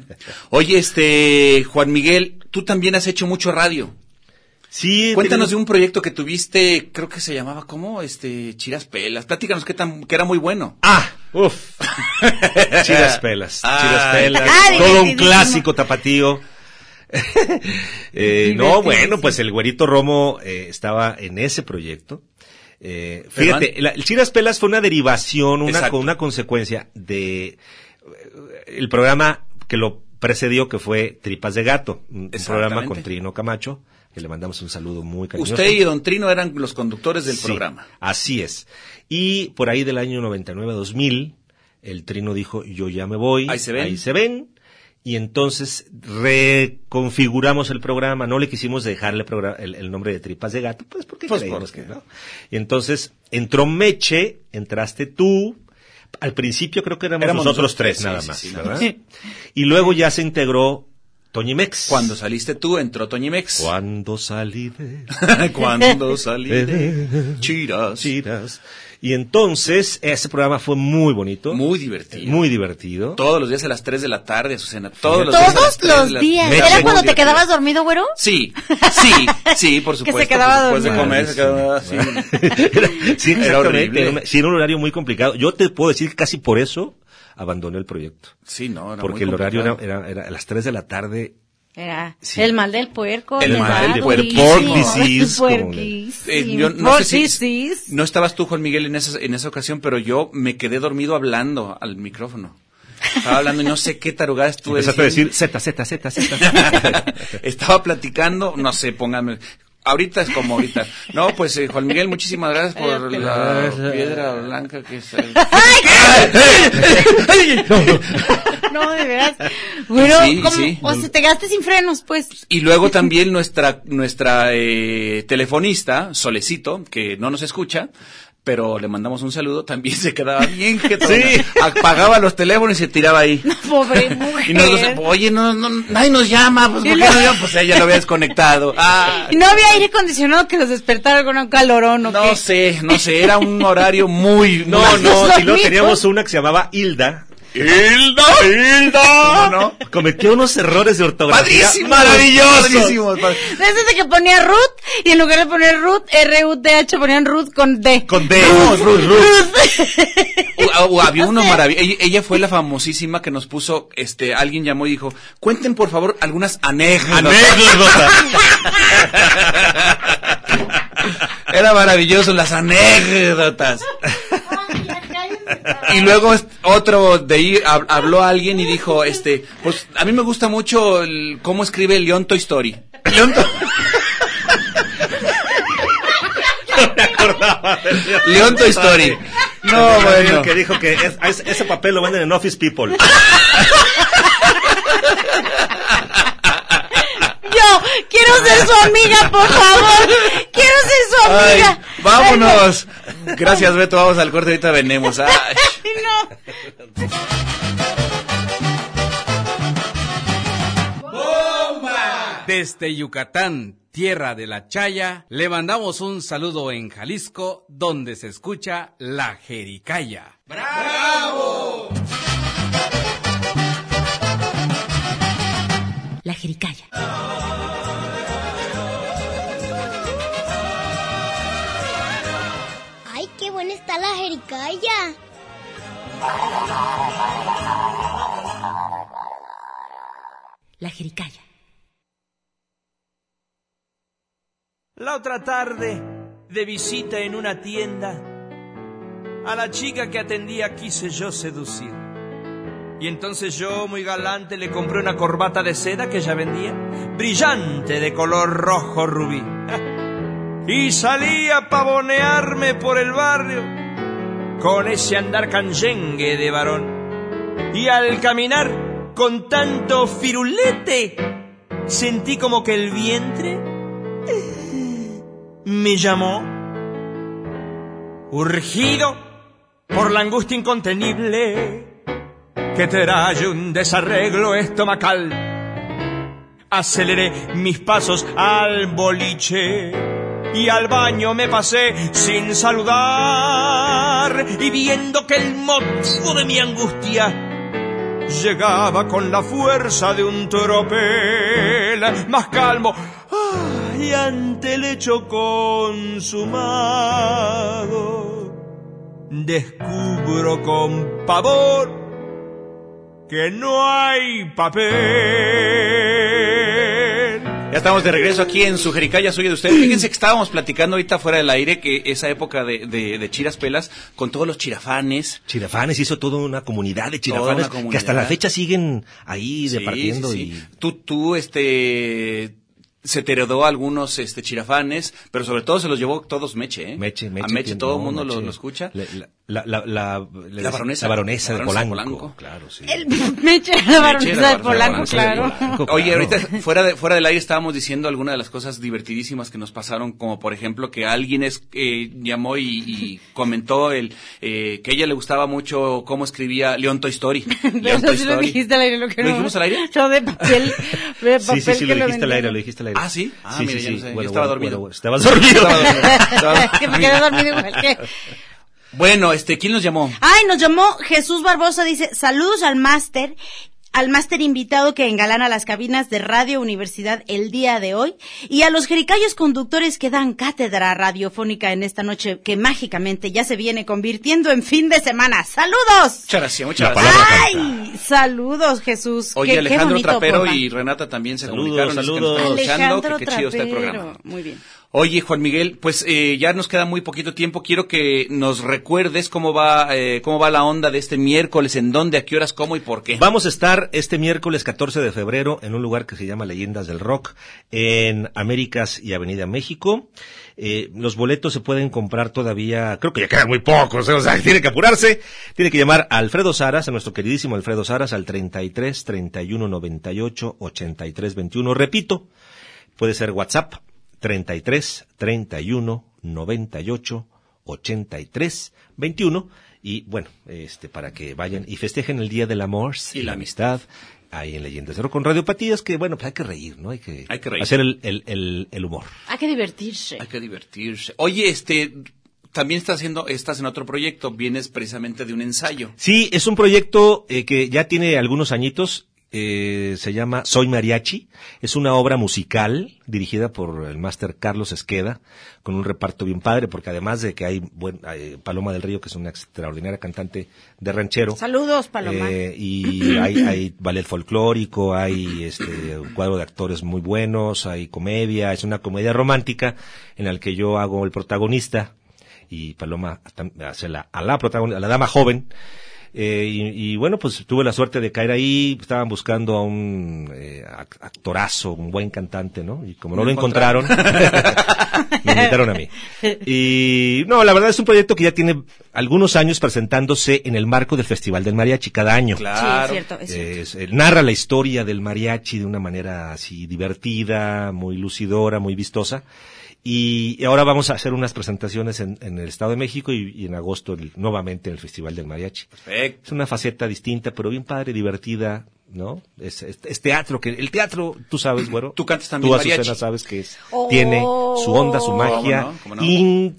D: Oye, este, Juan Miguel, tú también has hecho mucho radio.
G: Sí.
D: Cuéntanos de
G: tenido-
D: un proyecto que tuviste, creo que se llamaba, ¿cómo? Este, Chiras Pelas. Platícanos qué tan, que era muy bueno.
G: Ah, uff. Chidas pelas. Chidas
D: Ay.
G: pelas.
D: Ah,
G: todo un
D: divertidísimo.
G: clásico tapatío. Eh, no, bueno, pues el güerito Romo eh, estaba en ese proyecto. Eh, fíjate,
D: Perdón.
G: la- el Chiras Pelas fue una derivación, una,
D: Exacto.
G: con una consecuencia de eh, el programa que lo precedió, que fue Tripas de Gato, un- un programa
D: Exactamente.
G: con Trino Camacho, que le mandamos un saludo muy cariñoso.
D: Usted y Don Trino eran los conductores del
G: Sí,
D: programa.
G: Así es. Y por ahí del año 99-2000, el Trino dijo, yo ya me voy.
D: Ahí se ven.
G: Y entonces reconfiguramos el programa. No le quisimos dejarle progra- el, el nombre de Tripas de Gato, pues porque
D: Pues,
G: creímos
D: porque.
G: que no. Y entonces entró Meche, entraste tú. Al principio creo que éramos,
D: Éramos
G: nosotros
D: nosotros
G: tres
D: tres,
G: nada
D: sí,
G: más,
D: sí, sí, nada
G: ¿verdad?
D: más.
G: Y luego ya se integró Toñimex.
D: Cuando saliste tú, entró Toñimex.
G: Cuando salí de
D: Cuando salí de- Chiras.
G: Y entonces, ese programa fue muy bonito.
D: Muy divertido.
G: Muy divertido.
D: Todos los días a las 3 de la tarde, Azucena. Todos los días. a
E: Todos
D: las 3 de la-
E: los días.
D: Me
E: ¿Era
D: llamó
E: cuando te
D: divertido.
E: quedabas dormido, güero?
D: Sí, sí, sí, por
E: Que se
D: supuesto.
E: quedaba
D: pues, Después de
E: dormido.
D: comer, se quedaba así.
G: Sí,
D: Era
G: exactamente. Era
D: horrible.
G: una- sí, era un horario muy complicado. Yo te puedo decir que casi por eso abandoné el proyecto.
D: Sí, no, era
G: porque
D: muy
G: el horario era,
D: complicado.
G: era- era a las 3 de la tarde.
E: Era
G: Sí.
E: el mal del puerco.
G: El
E: ¿verdad?
G: mal del puerco.
E: Durísimo.
G: Pork disease, como le-
E: Puerquísimo.
D: Eh, yo
E: Oh,
D: no sé si-
E: Porquisis.
D: No estabas tú, Juan Miguel, en esa, en esa ocasión, pero yo me quedé dormido hablando al micrófono. Estaba hablando y no sé qué tarugada estuve
G: Empezaste a
D: diciendo.
G: decir Z, Z, Z, Z.
D: Estaba platicando, no sé, póngame. Ahorita es como ahorita. No, pues eh, Juan Miguel, muchísimas gracias por la piedra blanca que es. el-
E: No, de veras. Güero,
D: Sí,
E: ¿cómo?
D: sí.
E: o sea, te quedaste sin frenos, pues.
D: Y luego también nuestra, nuestra eh, telefonista, Solecito, que no nos escucha, pero le mandamos un saludo, también se quedaba bien que
G: Sí.
D: apagaba los teléfonos y se tiraba ahí.
E: Pobre
D: Y nos
E: mujer.
D: oye, no, no, nadie nos llama, pues,
E: Y
D: ¿por qué
E: luego-
D: no llama? Pues ella lo había desconectado. Ah,
E: Y no había aire acondicionado que los despertara con un calorón o
D: no
E: qué.
D: sé, no sé, era un horario muy...
G: No,
D: muy-
G: no,
E: Los
G: si no
E: mismos.
G: teníamos una que se llamaba Hilda.
D: ¡Hilda,
G: ¿Cómo
D: Hilda!
G: no? Cometió unos errores de ortografía.
D: ¡Padrísimo!
G: maravillosos.
D: ¡Padrísimo! padr-
E: Desde que ponía Ruth y en lugar de poner Ruth, R-U-T-H, ponían Ruth con D.
G: Con D.
D: No, Ruth,
E: Ruth.
D: O- o había uno maravilloso. Ella, ella fue la famosísima que nos puso, este, alguien llamó y dijo, cuenten por favor algunas anécdotas.
G: Anécdota.
D: Era maravilloso las anécdotas. Y luego est- otro de ahí hab- habló alguien y dijo, este, pues a mí me gusta mucho el- cómo escribe León Toy Story. León To- León Toy Story. No, bueno.
G: Que dijo que es- es- ese papel lo venden en Office People.
E: Yo quiero ser su amiga, por favor. Quiero ser su
D: Ay,
E: amiga.
D: vámonos. Gracias, Beto. Vamos al corte. Ahorita venimos. Ay.
E: Ay, no.
C: ¡Bomba!
O: Desde Yucatán, tierra de la Chaya, le mandamos un saludo en Jalisco, donde se escucha la Jericaya.
P: ¡Bravo!
E: La Jericaya.
I: ¡Ay, qué buena está la jericaya!
E: La Jericaya.
B: La otra tarde, de visita en una tienda, a la chica que atendía quise yo seducir. Y entonces yo, muy galante, le compré una corbata de seda que ella vendía, brillante de color rojo rubí. y salí a pavonearme por el barrio con ese andar canyengue de varón. Y al caminar con tanto firulete, sentí como que el vientre me llamó, urgido por la angustia incontenible que trae un desarreglo estomacal. Aceleré mis pasos al boliche y al baño me pasé sin saludar y viendo que el motivo de mi angustia llegaba con la fuerza de un tropel más calmo ¡ah! y ante el hecho consumado descubro con pavor que no hay papel
D: Ya estamos de regreso aquí en su Jericaya Suya de Usted. Fíjense que estábamos platicando ahorita fuera del aire que esa época de, de- de Chiras Pelas, con todos los chirafanes.
G: Chirafanes hizo toda una comunidad de
D: Toda una
G: chirafanes que
D: comunidad.
G: hasta la fecha siguen ahí
D: Sí,
G: departiendo
D: sí, sí. Tú, tú, este... Se te heredó algunos este, chirafanes, pero sobre todo se los llevó todos Meche, ¿eh?
G: Meche, Meche
D: A Meche
G: tiene-
D: todo el
G: no,
D: mundo lo,
G: Meche.
D: lo escucha.
G: y la, la, la, la,
D: La baronesa. La
G: la baronesa de
D: baronesa de
G: Polanco.
D: Polanco.
G: Claro, sí.
E: El Meche era la baronesa de
D: Baronesa
E: Polanco,
D: Baronesa de
E: claro.
D: Polanco, Oye, ahorita fuera, de, fuera del aire estábamos diciendo algunas de las cosas divertidísimas que nos pasaron, como por ejemplo que alguien es, eh, llamó y, y comentó el eh, que a ella le gustaba mucho cómo escribía León Toy Story. León
E: Eso
D: Toy
E: sí lo
D: Story.
E: dijiste al aire, lo que
D: ¿Lo
E: no-
D: dijimos al aire?
E: Yo de papel, de papel
G: Sí, sí, sí,
E: que
G: lo dijiste al
E: vendía.
G: aire, lo dijiste al aire.
D: Ah, sí. Ah,
G: sí,
D: mira,
G: sí,
D: ya
G: sí.
D: no sé, yo
G: Bueno,
D: estaba
G: bueno,
D: dormido.
G: bueno, estabas dormido.
D: Estaba dormido. Estaba-
E: Que me quedé dormido Ah. igual que-
D: Bueno, este, ¿quién nos llamó?
E: Ay, nos llamó Jesús Barbosa, dice, saludos al máster, al máster invitado que engalana las cabinas de Radio Universidad el día de hoy, y a los jericayos conductores que dan cátedra radiofónica en esta noche que mágicamente ya se viene convirtiendo en fin de semana. ¡Saludos!
D: Muchas gracias, muchas
G: La
D: gracias.
E: ¡Ay! Saludos, Jesús. Qué-
D: Oye,
E: qué
D: Alejandro
E: bonito
D: Trapero
E: programa.
D: y Renata también se
G: Saludos,
D: comunicaron. dicen que nos están
G: saludos.
D: escuchando,
E: Alejandro
D: que qué chido está el programa.
E: Trapero. Muy bien.
D: Oye, Juan Miguel, pues eh, ya nos queda muy poquito tiempo. Quiero que nos recuerdes cómo va, eh, cómo va la onda de este miércoles, en dónde, a qué horas, cómo y por qué.
G: Vamos a estar este miércoles 14 de febrero en un lugar que se llama Leyendas del Rock en Américas y Avenida México. Eh, los boletos se pueden comprar todavía, creo que ya quedan muy pocos, ¿eh? o sea, tiene que apurarse. Tiene que llamar a Alfredo Saras, a nuestro queridísimo Alfredo Saras, al 33 31 98 83 21. Repito, puede ser WhatsApp 33 31 98 83 21 y bueno, este para que vayan y festejen el Día del Amor y, la amistad ahí en Leyendas de Rock con Radiopatías que bueno, pues hay que reír, ¿no? Hay que,
D: Hay que reír.
G: hacer el, el, el, el humor.
E: Hay que divertirse.
D: Hay que divertirse. Oye, este, también estás haciendo, estás en otro proyecto, vienes precisamente de un ensayo.
G: Sí, es un proyecto eh, que ya tiene algunos añitos. eh, se llama Soy Mariachi. Es una obra musical dirigida por el máster Carlos Esqueda, con un reparto bien padre, porque además de que hay buen- eh, Paloma del Río, que es una extraordinaria cantante de ranchero.
E: Saludos, Paloma.
G: eh, y hay, hay ballet folclórico, hay este, un cuadro de actores muy buenos, hay comedia, es una comedia romántica en la que yo hago el protagonista y Paloma tam- hace la, a la protagonista, a la dama joven. Eh, y, y bueno, pues tuve la suerte de caer ahí, estaban buscando a un eh, ac- actorazo, un buen cantante, ¿no? Y como no
D: Lo
G: lo encontraron, me invitaron a mí. Y no, la verdad es un proyecto que ya tiene algunos años presentándose en el marco del Festival del Mariachi cada año.
D: Claro. Sí, es cierto, es
G: Eh, es- eh, narra la historia del mariachi de una manera así divertida, muy lucidora, muy vistosa. Y y ahora vamos a hacer unas presentaciones en, en el Estado de México y, y en agosto el- nuevamente en el Festival del Mariachi.
D: Perfecto.
G: Es una faceta distinta, pero bien padre, divertida, ¿no? Es, es- es teatro, que el teatro, tú sabes, güero. Tú
D: cantas también
G: Tú, Azucena,
D: mariachi.
G: sabes que es,
D: Oh.
G: tiene su onda, su magia,
D: ¿Cómo no? ¿Cómo no?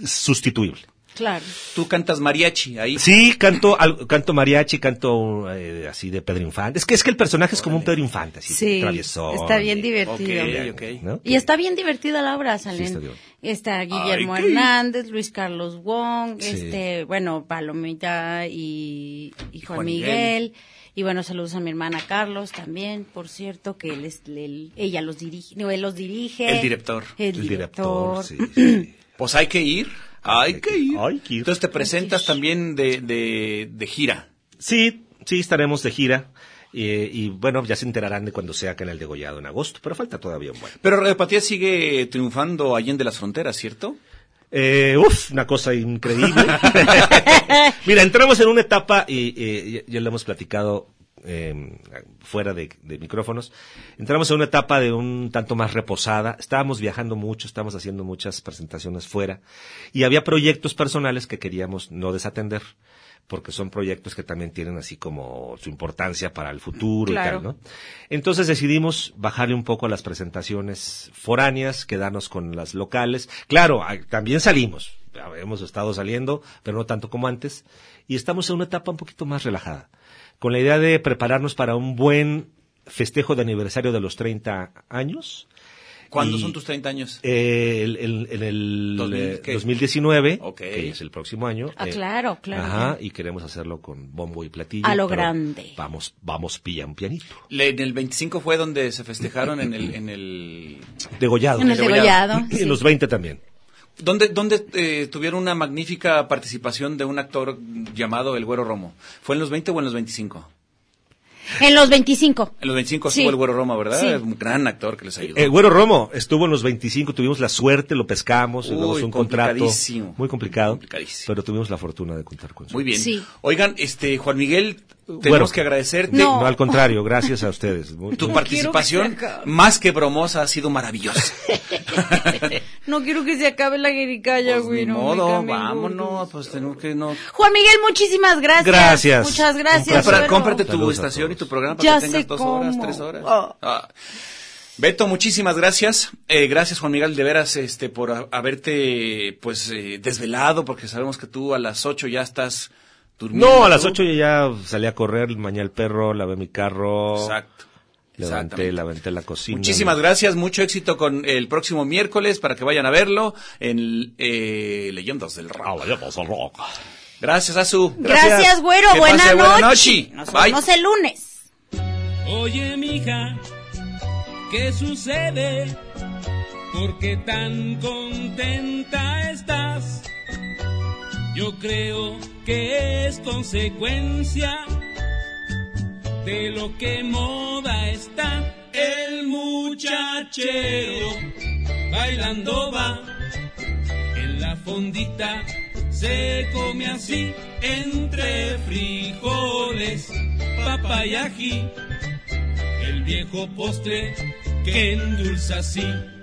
G: insustituible.
E: Claro.
D: Tú cantas mariachi ahí.
G: Sí, canto, al- canto mariachi, canto eh, así de Pedro Infante. Es que, es que el personaje es como un Pedro Infante, así,
E: Sí,
G: traviesón.
E: está bien divertido.
G: Ok, ok. ¿no?
E: Y está bien divertida la obra,
G: Sí,
E: salen.
G: está bien.
E: está Guillermo
G: qué-
E: Hernández, Luis Carlos Wong,
G: Sí.
E: este, bueno, Palomita y, y Juan,
Q: Juan
E: Miguel.
Q: Miguel.
E: Y bueno, saludos a mi hermana Carlos también, por cierto, que él es, él- ella los dirige, no, él los dirige.
D: El director.
E: El
D: El
E: director.
D: director, Pues hay que ir. Hay que ir. Entonces te presentas también de, de, de gira.
G: Sí, sí, estaremos de gira. eh, y bueno, ya se enterarán de cuando sea Canal Degollado en agosto, pero falta todavía un buen.
D: Pero Radio Patía sigue triunfando allá en de las fronteras, ¿cierto?
G: Eh, uf, una cosa increíble. Mira, entramos en una etapa, y eh, ya, ya lo hemos platicado eh, fuera de, de micrófonos, entramos en una etapa de un tanto más reposada. Estábamos viajando mucho, estábamos haciendo muchas presentaciones fuera, y había proyectos personales que queríamos no desatender, porque son proyectos que también tienen así como su importancia para el futuro
R: Claro.
G: y tal, ¿no? Entonces decidimos bajarle un poco a las presentaciones foráneas, quedarnos con las locales. Claro, ah, también salimos, hemos estado saliendo, pero no tanto como antes, y estamos en una etapa un poquito más relajada, con la idea de prepararnos para un buen festejo de aniversario de los 30 años.
D: ¿Cuándo
G: Y,
D: son tus 30 años?
G: eh, el- el- en el
D: 2000,
G: eh,
D: ¿qué?
G: 2019,
D: Ok.
G: que es el próximo año.
E: Ah,
G: eh,
E: claro, claro.
G: Ajá, y queremos hacerlo con bombo y platillo.
E: A lo
G: pero
E: grande.
G: Vamos, vamos, pillan pianito.
D: Le- en el 25 fue donde se festejaron en el... En el...
G: Degollado.
D: En el degollado,
G: Y
D: sí.
G: en los 20 también.
D: Donde, donde eh, tuvieron una magnífica participación de un actor llamado El Güero Romo. ¿Fue en los 20 o en los 25?
E: En los 25.
D: En los 25
E: Sí.
D: estuvo El Güero Romo, ¿verdad?
E: Sí.
D: Es un gran actor que les ayudó.
G: El Eh, Güero Romo estuvo en los 25, tuvimos la suerte, lo pescamos, le
D: Uy,
G: damos un contrato.
D: complicadísimo.
G: Muy complicado. Pero tuvimos la fortuna de contar con su.
D: Muy bien.
E: Sí.
D: Oigan, este Juan Miguel, tenemos
G: Bueno.
D: que agradecerte.
G: No. al contrario, gracias a ustedes. Muy-
D: Tu
G: muy-
D: participación, más que bromosa, ha sido maravillosa.
E: No quiero que se acabe la jericaya, güey.
D: Pues, Ni
E: no, me
D: modo,
E: cambien, güey.
D: vámonos, pues tenemos que no.
E: Juan Miguel, muchísimas gracias.
D: Gracias.
E: Muchas gracias.
D: Compra-
E: Pedro.
D: cómprate tu
G: Saludos a
D: estación y tu programa para
E: Ya sé
D: que tengas dos horas,
E: cómo.
D: tres horas.
E: Ah.
D: Ah. Beto, muchísimas gracias. Eh, gracias, Juan Miguel, de veras, este, por a- haberte, pues, eh, desvelado, porque sabemos que tú a las ocho ya estás durmiendo.
G: No, a las
D: ¿Tú?
G: 8 yo ya salí a correr, mañana el perro, lavé mi carro.
D: Exacto.
G: Levanté, levanté la cocina.
D: Muchísimas gracias, mucho éxito con el próximo miércoles para que vayan a verlo en eh, Leyendas del
G: Ah,
D: Rock. Gracias, Azu.
E: Gracias, güero.
D: Que
E: Buena
D: pase buena
E: noche.
D: noche.
E: Nos
D: Bye.
E: vemos el lunes.
R: Oye, mija, ¿qué sucede? ¿Por qué tan contenta estás? Yo creo que es consecuencia de lo que moda está el muchachero. Bailando va en la fondita, se come así entre frijoles, papayají el viejo postre que endulza así.